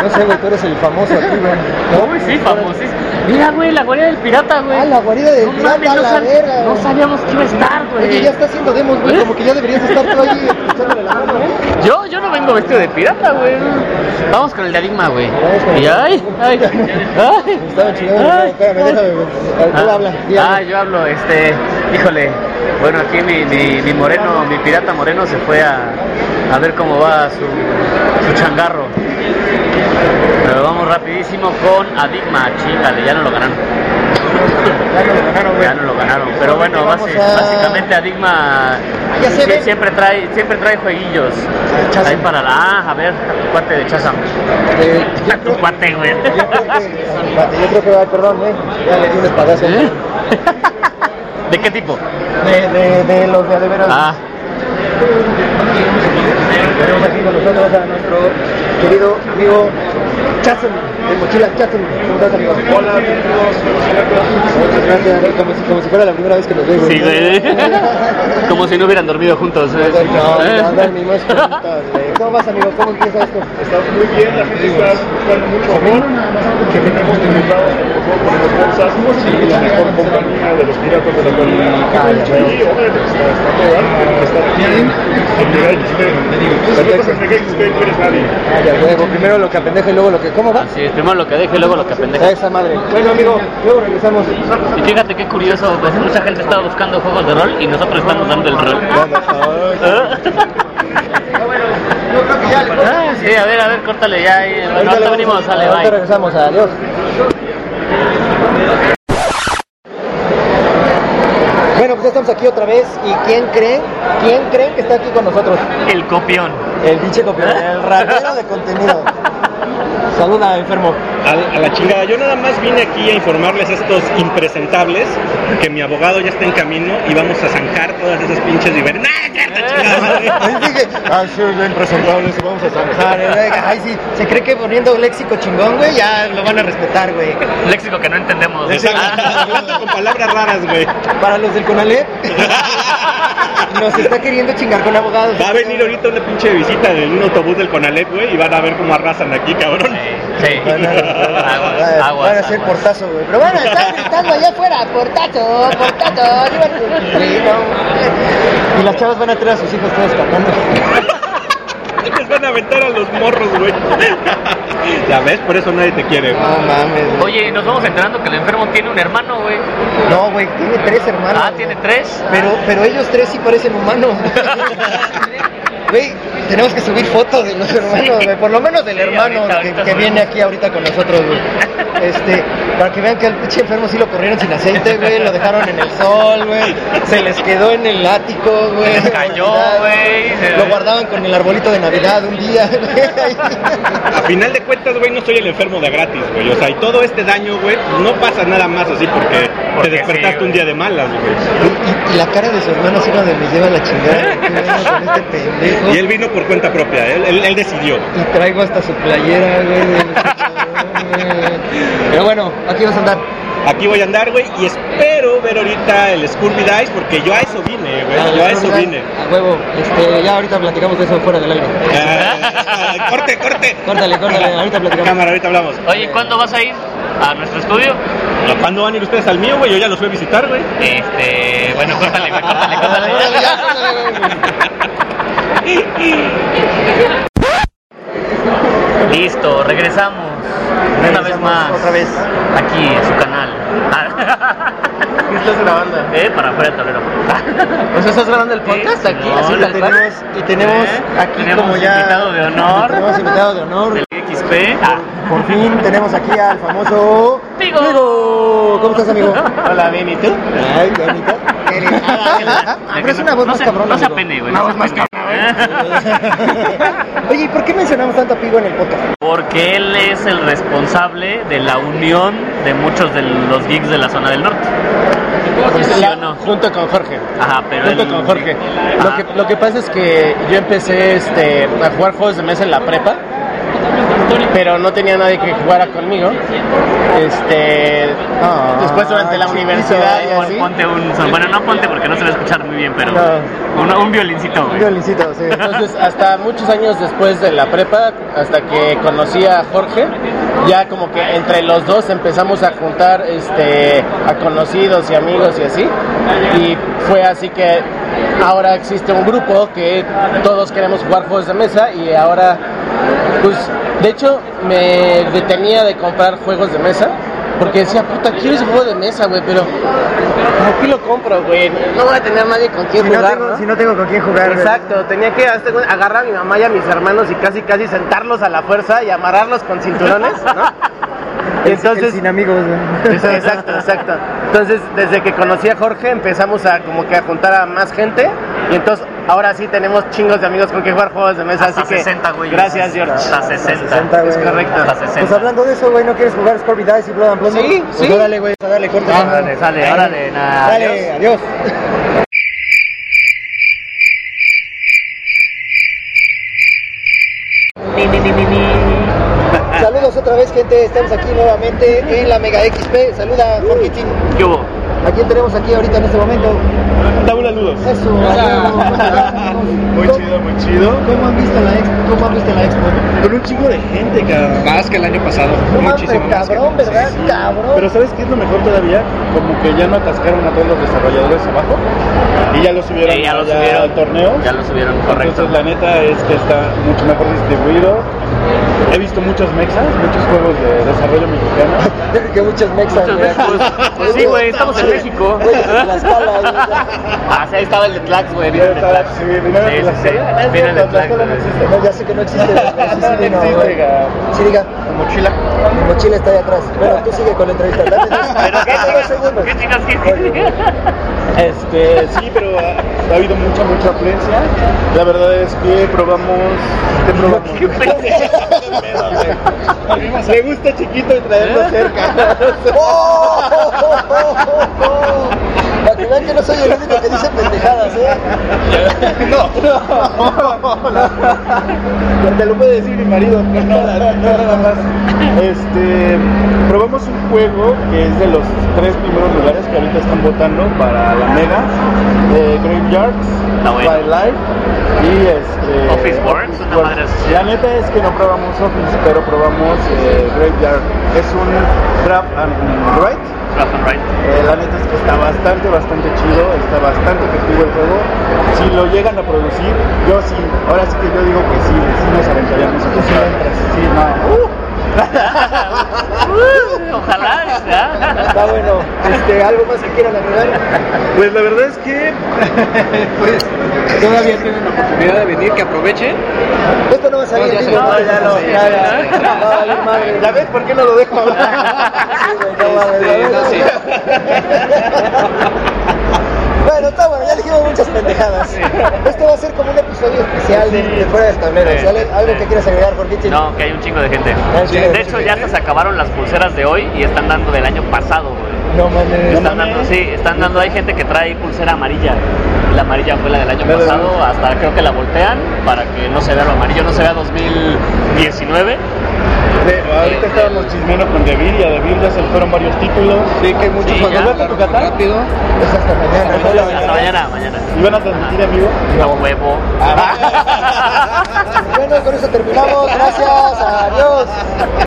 Speaker 5: No sé, güey, tú eres el famoso aquí, güey.
Speaker 2: Uy, <laughs> sí, famosísimo. Mira, güey, la guardia del pirata, güey.
Speaker 5: Ah, la guarida del
Speaker 2: No
Speaker 5: pirata,
Speaker 2: mames, no,
Speaker 5: la
Speaker 2: sab-
Speaker 5: verga.
Speaker 2: no sabíamos que iba a estar,
Speaker 5: Oye,
Speaker 2: güey.
Speaker 5: ya está haciendo demos, güey. Como que ya deberías estar tú ahí echándole la mano, ¿eh?
Speaker 2: Yo, yo no vengo vestido de pirata, güey. Vamos con el de Adigma, güey.
Speaker 5: Vamos con el-
Speaker 2: Y ay, ay, ay.
Speaker 5: Me Estaba chingando. no,
Speaker 2: Ay,
Speaker 5: Espérame,
Speaker 2: ay.
Speaker 5: déjame, güey. Eh, Tú
Speaker 2: Ah,
Speaker 5: habla. di
Speaker 2: Ah,
Speaker 5: algo.
Speaker 2: yo hablo, este, híjole. Bueno, aquí mi, mi, mi moreno, mi pirata moreno se fue a, a ver cómo va su, su changarro. Pero vamos rapidísimo con Adigma, chingale, ya no lo ganan. Ya no lo ganaron, pero bueno,
Speaker 5: Vamos
Speaker 2: basi-
Speaker 5: a- Ah,
Speaker 2: básicamente Adigma
Speaker 5: Ya se
Speaker 2: sie-
Speaker 5: ve.
Speaker 2: siempre trae siempre trae jueguillos.
Speaker 5: Chazam.
Speaker 2: Ahí para la, ah, a ver, a tu cuate de Chazam.
Speaker 5: Eh,
Speaker 2: A tu cuate, güey.
Speaker 5: yo creo que- yo creo que va, perdón, eh, ya le di un espadazo.
Speaker 2: ¿Eh?
Speaker 5: <laughs>
Speaker 2: ¿De qué tipo?
Speaker 5: De, de, de los de veras.
Speaker 2: Ah,
Speaker 5: Tenemos aquí con nosotros a nuestro querido amigo Chazam, de Mochila Chazam. ¿Cómo estás, amigo? Hola, Muchas gracias, eh, como si, como si fuera la primera vez que nos vemos.
Speaker 2: sí,
Speaker 5: <laughs>
Speaker 2: güey.
Speaker 5: No,
Speaker 2: Como si no hubieran dormido juntos. ¿eh?
Speaker 5: no, no dormimos
Speaker 2: <laughs>
Speaker 5: juntos, güey. ¿eh? ¿Cómo vas, amigo? ¿Cómo empieza esto?
Speaker 7: Muy bien, la gente está buscando mucho amor, que tenemos invitados con los bolsas y la mejor compañía de los piratas de la colina. Y obviamente que está, está todo alto, que está bien, el nivel que esté. Si no estás en el nivel que esté, no eres nadie.
Speaker 5: Ay, a huevo. Ah, Primero lo que apendeja y luego lo que... ¿Cómo va?
Speaker 2: Sí, primero lo que deje y luego lo que
Speaker 5: A
Speaker 2: apendeja.
Speaker 5: esa madre. Bueno, amigo, luego regresamos.
Speaker 2: Y fíjate qué curioso, pues mucha gente está buscando juegos de rol y nosotros estamos dando el rol.
Speaker 5: Yo creo que ya le-
Speaker 2: Ah, sí, a ver, a ver, córtale ya. y- Bueno,
Speaker 5: Ahorita
Speaker 2: ahorita
Speaker 5: le-
Speaker 2: venimos, sale,
Speaker 5: ahorita
Speaker 2: bye.
Speaker 5: regresamos, adiós. Bueno, pues ya estamos aquí otra vez. ¿Y quién creen? ¿Quién creen que está aquí con nosotros?
Speaker 2: El
Speaker 5: <laughs>
Speaker 2: copión.
Speaker 5: El pinche copiador,
Speaker 2: <laughs>
Speaker 5: el ratero de contenido. Saluda, enfermo.
Speaker 4: A, a la chingada. Yo nada más vine aquí a informarles a estos impresentables que mi abogado ya está en camino y vamos a zanjar todas esas pinches libertades. <laughs> ¡Nah, es cierto, chingada madre!
Speaker 5: Ahí dije,
Speaker 12: Ah, sí, bien presentables, vamos a zanjar.
Speaker 5: "Madre, güey, ay, sí, se cree que poniendo léxico chingón, güey, ya lo van a respetar, güey.
Speaker 2: Léxico que no entendemos.
Speaker 5: <laughs>
Speaker 2: Ah. <laughs>
Speaker 4: Hablando con palabras raras, güey.
Speaker 5: Para los del Conalep, nos está queriendo chingar con abogados.
Speaker 4: Va a venir ahorita una pinche visita en un autobús del Conalep, güey, y van a ver cómo arrasan aquí, cabrón.
Speaker 2: Sí.
Speaker 5: No, no, no.
Speaker 2: Aguas,
Speaker 5: Van a
Speaker 2: aguas.
Speaker 5: ser portazo, güey. Pero bueno, están gritando allá afuera, portazo, portazo, diviértete. Sí, no. Y las chavas van a traer a sus hijos todos cantando.
Speaker 4: Les van a <laughs> aventar a los morros, güey. <laughs> Ya ves, por eso nadie te quiere, güey.
Speaker 5: No mames, güey.
Speaker 2: Oye, y nos vamos enterando que el enfermo tiene un hermano, güey.
Speaker 5: No, güey, tiene tres hermanos.
Speaker 2: Ah, tiene
Speaker 5: güey.
Speaker 2: tres.
Speaker 5: Pero, pero ellos tres sí parecen humanos.
Speaker 2: <laughs>
Speaker 5: Güey, tenemos que subir fotos de los hermanos, güey. Por lo menos del
Speaker 2: Sí,
Speaker 5: hermano
Speaker 2: ahorita,
Speaker 5: que,
Speaker 2: ahorita
Speaker 5: que
Speaker 2: subimos.
Speaker 5: viene aquí ahorita con nosotros, güey. Este, para que vean que al pinche enfermo sí lo corrieron sin aceite, güey. Lo dejaron
Speaker 2: <laughs>
Speaker 5: en el sol, güey. Se les quedó en el ático, güey.
Speaker 2: Se les cayó,
Speaker 5: Olvidado.
Speaker 2: güey, se-
Speaker 5: Lo guardaban con el arbolito de Navidad un día, <laughs> güey.
Speaker 4: A final de cuentas, güey, no soy el enfermo de gratis, güey. O sea, y todo este daño, güey, no pasa nada más así porque,
Speaker 2: Porque
Speaker 4: te despertaste
Speaker 2: sí,
Speaker 4: un día de malas, güey.
Speaker 5: Y, y la cara de su hermano es una de me lleva la chingada.
Speaker 2: <laughs>
Speaker 5: güey. ¿Qué pedo con este pendejo?
Speaker 4: Y él vino por cuenta propia, él, él- él decidió.
Speaker 5: Y traigo hasta su playera, güey. de- Pero bueno, aquí vas a andar.
Speaker 4: Aquí voy a andar, güey, y espero ver ahorita el Scurvy Dice porque yo a eso vine,
Speaker 5: Ah,
Speaker 4: güey. Yo a eso vine.
Speaker 5: A huevo, este, ya ahorita platicamos de eso fuera del aire.
Speaker 4: Ah, <laughs> corte, corte.
Speaker 5: Córtale, córtale, ahorita platicamos.
Speaker 4: <laughs> Cámara, ahorita hablamos.
Speaker 2: Oye, ¿cuándo vas a ir a nuestro estudio?
Speaker 4: ¿Cuándo van a ir ustedes al mío, güey? Yo ya los voy a visitar, güey.
Speaker 2: Este, bueno, córtale, güey, córtale,
Speaker 5: Ah, ya,
Speaker 2: córtale.
Speaker 5: ya, córtale, güey.
Speaker 2: Listo, regresamos. Una vez
Speaker 5: Regresamos
Speaker 2: más.
Speaker 5: Otra vez.
Speaker 2: Aquí en su canal. Ah.
Speaker 5: estás grabando?
Speaker 2: Eh, para afuera del tablero.
Speaker 5: O sea, estás grabando el podcast aquí,
Speaker 2: No,
Speaker 5: así
Speaker 2: no,
Speaker 5: tal
Speaker 2: no.
Speaker 5: cual? Y tenemos
Speaker 2: ¿Eh?
Speaker 5: aquí
Speaker 2: Tenemos
Speaker 5: como ya.
Speaker 2: invitado de honor.
Speaker 5: Tenemos invitado de honor.
Speaker 2: Del XP. Ah.
Speaker 5: Por fin tenemos aquí al famoso.
Speaker 2: Pigo.
Speaker 5: ¿Cómo estás, amigo?
Speaker 4: Hola, bien, ¿y tú?
Speaker 5: Ay, qué bonito. Ah, Pero es una voz
Speaker 2: No
Speaker 5: más
Speaker 2: se-
Speaker 5: cabrona.
Speaker 2: No se
Speaker 5: amigo.
Speaker 2: apene, güey. no se apene. <laughs>
Speaker 5: Oye, ¿y por qué mencionamos tanto a Pigo en el podcast?
Speaker 2: Porque él es el responsable de la unión de muchos de los geeks de la zona del norte. ¿Sí o no?
Speaker 13: Junto con Jorge.
Speaker 2: Ajá, pero
Speaker 13: Junto
Speaker 2: él-
Speaker 13: con Jorge. Lo
Speaker 2: Ajá.
Speaker 13: que, lo que pasa es que yo empecé este, a jugar juegos de mesa en la prepa, pero no tenía nadie que jugara conmigo. Este,
Speaker 5: Ah,
Speaker 13: después durante la
Speaker 5: chiquito,
Speaker 13: universidad y
Speaker 5: ya
Speaker 2: Pon-
Speaker 13: así.
Speaker 2: Ponte un son- Bueno, no ponte porque no se va a escuchar muy bien, pero
Speaker 5: No.
Speaker 2: un, un violincito,
Speaker 5: Un
Speaker 2: güey.
Speaker 5: violincito, sí.
Speaker 13: Entonces, hasta muchos años después de la prepa, hasta que conocí a Jorge, ya como que entre los dos empezamos a juntar este, a conocidos y amigos y así. Y fue así que ahora existe un grupo que todos queremos jugar juegos de mesa y ahora, pues, de hecho, me detenía de comprar juegos de mesa. Porque decía, puta, quiero ese juego de mesa, güey, pero ¿por qué lo compro, güey? No voy a tener nadie con quien
Speaker 5: Si no,
Speaker 13: jugar,
Speaker 5: tengo,
Speaker 13: ¿no?
Speaker 5: si no tengo con quién jugar. güey.
Speaker 13: Exacto, tenía que hasta- agarrar a mi mamá y a mis hermanos y casi casi sentarlos a la fuerza y amarrarlos con cinturones, ¿no?
Speaker 5: <laughs> El
Speaker 13: Entonces,
Speaker 5: sin amigos, güey.
Speaker 13: Exacto, exacto. Entonces, desde que conocí a Jorge, empezamos a como que a juntar a más gente. Y entonces, ahora sí tenemos chingos de amigos con que jugar juegos de mesa.
Speaker 2: Hasta
Speaker 13: así que,
Speaker 2: 60, güey.
Speaker 13: gracias, George.
Speaker 2: Hasta 60.
Speaker 13: Es correcto.
Speaker 2: Hasta 60.
Speaker 5: Pues hablando de eso, güey, ¿no quieres jugar Scorby Dice y Blood and Plunder?
Speaker 13: Sí,
Speaker 5: Pues
Speaker 13: sí.
Speaker 5: órale, güey, dale, corta. esa madre.
Speaker 2: Órale, sale, órale, nada.
Speaker 5: Dale, adiós. <laughs> Saludos otra vez, gente. Estamos aquí nuevamente en la Mega XP. Saluda, Jorge Chin.
Speaker 2: ¿Qué hubo?
Speaker 5: ¿A quién tenemos aquí ahorita en este momento?
Speaker 7: Tabula Ludos.
Speaker 5: Eso.
Speaker 13: <laughs>
Speaker 7: Muy chido, muy chido.
Speaker 5: ¿Cómo han visto la expo? ¿Cómo han visto la expo?
Speaker 7: Con un chingo de gente, cabrón. Más que el año pasado. Muchísimo más. que-
Speaker 5: cabrón, ¿verdad? Cabrón.
Speaker 7: Pero ¿sabes qué es lo mejor todavía? Como que ya no atascaron a todos los desarrolladores abajo y ya los subieron,
Speaker 2: Sí, ya los
Speaker 7: allá
Speaker 2: subieron.
Speaker 7: al torneo.
Speaker 2: Ya lo subieron, correcto.
Speaker 7: Entonces la neta es que está mucho mejor distribuido. He visto muchos mexas, muchos juegos de desarrollo mexicano.
Speaker 5: que muchas mexas.
Speaker 2: Muchas veces, pues, pues sí, güey, estamos en México. Ah, sí, ahí estaba el de Tlax, güey. Vino el de Tlax.
Speaker 7: Sí, primero
Speaker 2: Sí,
Speaker 7: que la
Speaker 2: sí, sí.
Speaker 7: serie. Ah, es
Speaker 2: Vino el de
Speaker 7: cierto,
Speaker 2: Tlaxcala
Speaker 7: Tlaxcala
Speaker 2: no
Speaker 7: no
Speaker 2: existe. <laughs>
Speaker 7: existe.
Speaker 5: ya sé que no existe.
Speaker 7: No existe, cabrón.
Speaker 5: Sí, diga,
Speaker 7: Mochila.
Speaker 5: mi mochila está ahí atrás. Bueno, tú sigue con la entrevista. <laughs>
Speaker 2: <laughs>
Speaker 5: Dame dos, dame dos segundos.
Speaker 2: ¿Qué chicas qué?
Speaker 7: Este, sí, pero ha,
Speaker 5: ah.
Speaker 7: ha habido mucha, mucha afluencia. La verdad es que probamos. ¿Qué probamos? ¿Qué <laughs> Le gusta chiquito y traerlo cerca.
Speaker 5: ¡Oh! ¡Oh! ¡Oh! ¡Oh! ¡Oh! Para que vean que no soy el único que dice pendejadas, ¿eh?
Speaker 7: Te lo puede decir mi marido, no, nada, nada más. Este, probamos un juego que es de los tres primeros lugares que ahorita están votando para la Mega. Eh, Graveyards,
Speaker 2: Está bueno.
Speaker 7: By Life y este...
Speaker 2: Office Works, una madre así.
Speaker 7: La neta es que no probamos Office, pero probamos eh, Graveyard. Es un trap and write.
Speaker 2: Rough and right.
Speaker 7: Eh, la neta es que está bastante, bastante chido, está bastante efectivo el juego. Si lo llegan a producir, yo sí, ahora sí que yo digo que sí, sí nos aventaríamos a comprar. Sí, no.
Speaker 2: Uh, <laughs> ojalá, ¿verdad?
Speaker 5: Está bueno. Este, ¿Algo más que quieran agregar?
Speaker 7: Pues la verdad es que
Speaker 4: Todavía tienen la oportunidad de venir, que aprovechen.
Speaker 5: Esto no va a salir en vivo. No, ya no. Ya, ya. Vale, madre.
Speaker 7: ¿Ya ves por qué no lo dejo hablar?
Speaker 5: Sí, güey, no mames,
Speaker 4: Este,
Speaker 5: no,
Speaker 4: no,
Speaker 5: no,
Speaker 4: sí.
Speaker 5: no. Bueno, está bueno, ya dijimos muchas pendejadas. Esto va a ser como un episodio especial de, de fuera del tablero.
Speaker 2: Sí.
Speaker 5: ¿Sale? ¿Algo que quieras agregar, Jorge?
Speaker 2: No, que hay un chingo de gente.
Speaker 5: un chingo de
Speaker 2: De hecho,
Speaker 5: gente.
Speaker 2: ya hasta se acabaron las pulseras de hoy y están dando del año pasado, güey.
Speaker 5: Eh, No mames.
Speaker 2: Están dando, sí, están dando, hay gente que trae pulsera amarilla. La amarilla fue la del año pasado, hasta creo que la voltean para que no se vea lo amarillo, no se vea 2019.
Speaker 7: ahorita estábamos chismeando con Devir y a Devir ya se le fueron varios títulos. Sí, que muchos
Speaker 2: Sí,
Speaker 7: cuando
Speaker 2: ya,
Speaker 7: veas a tu Catán,
Speaker 4: Rápido.
Speaker 5: Es hasta mañana. ¿no?
Speaker 2: Hasta mañana, mañana.
Speaker 7: ¿Y van a transmitir en vivo? Ah,
Speaker 2: A huevo.
Speaker 5: Bueno, con eso terminamos. Gracias. Adiós.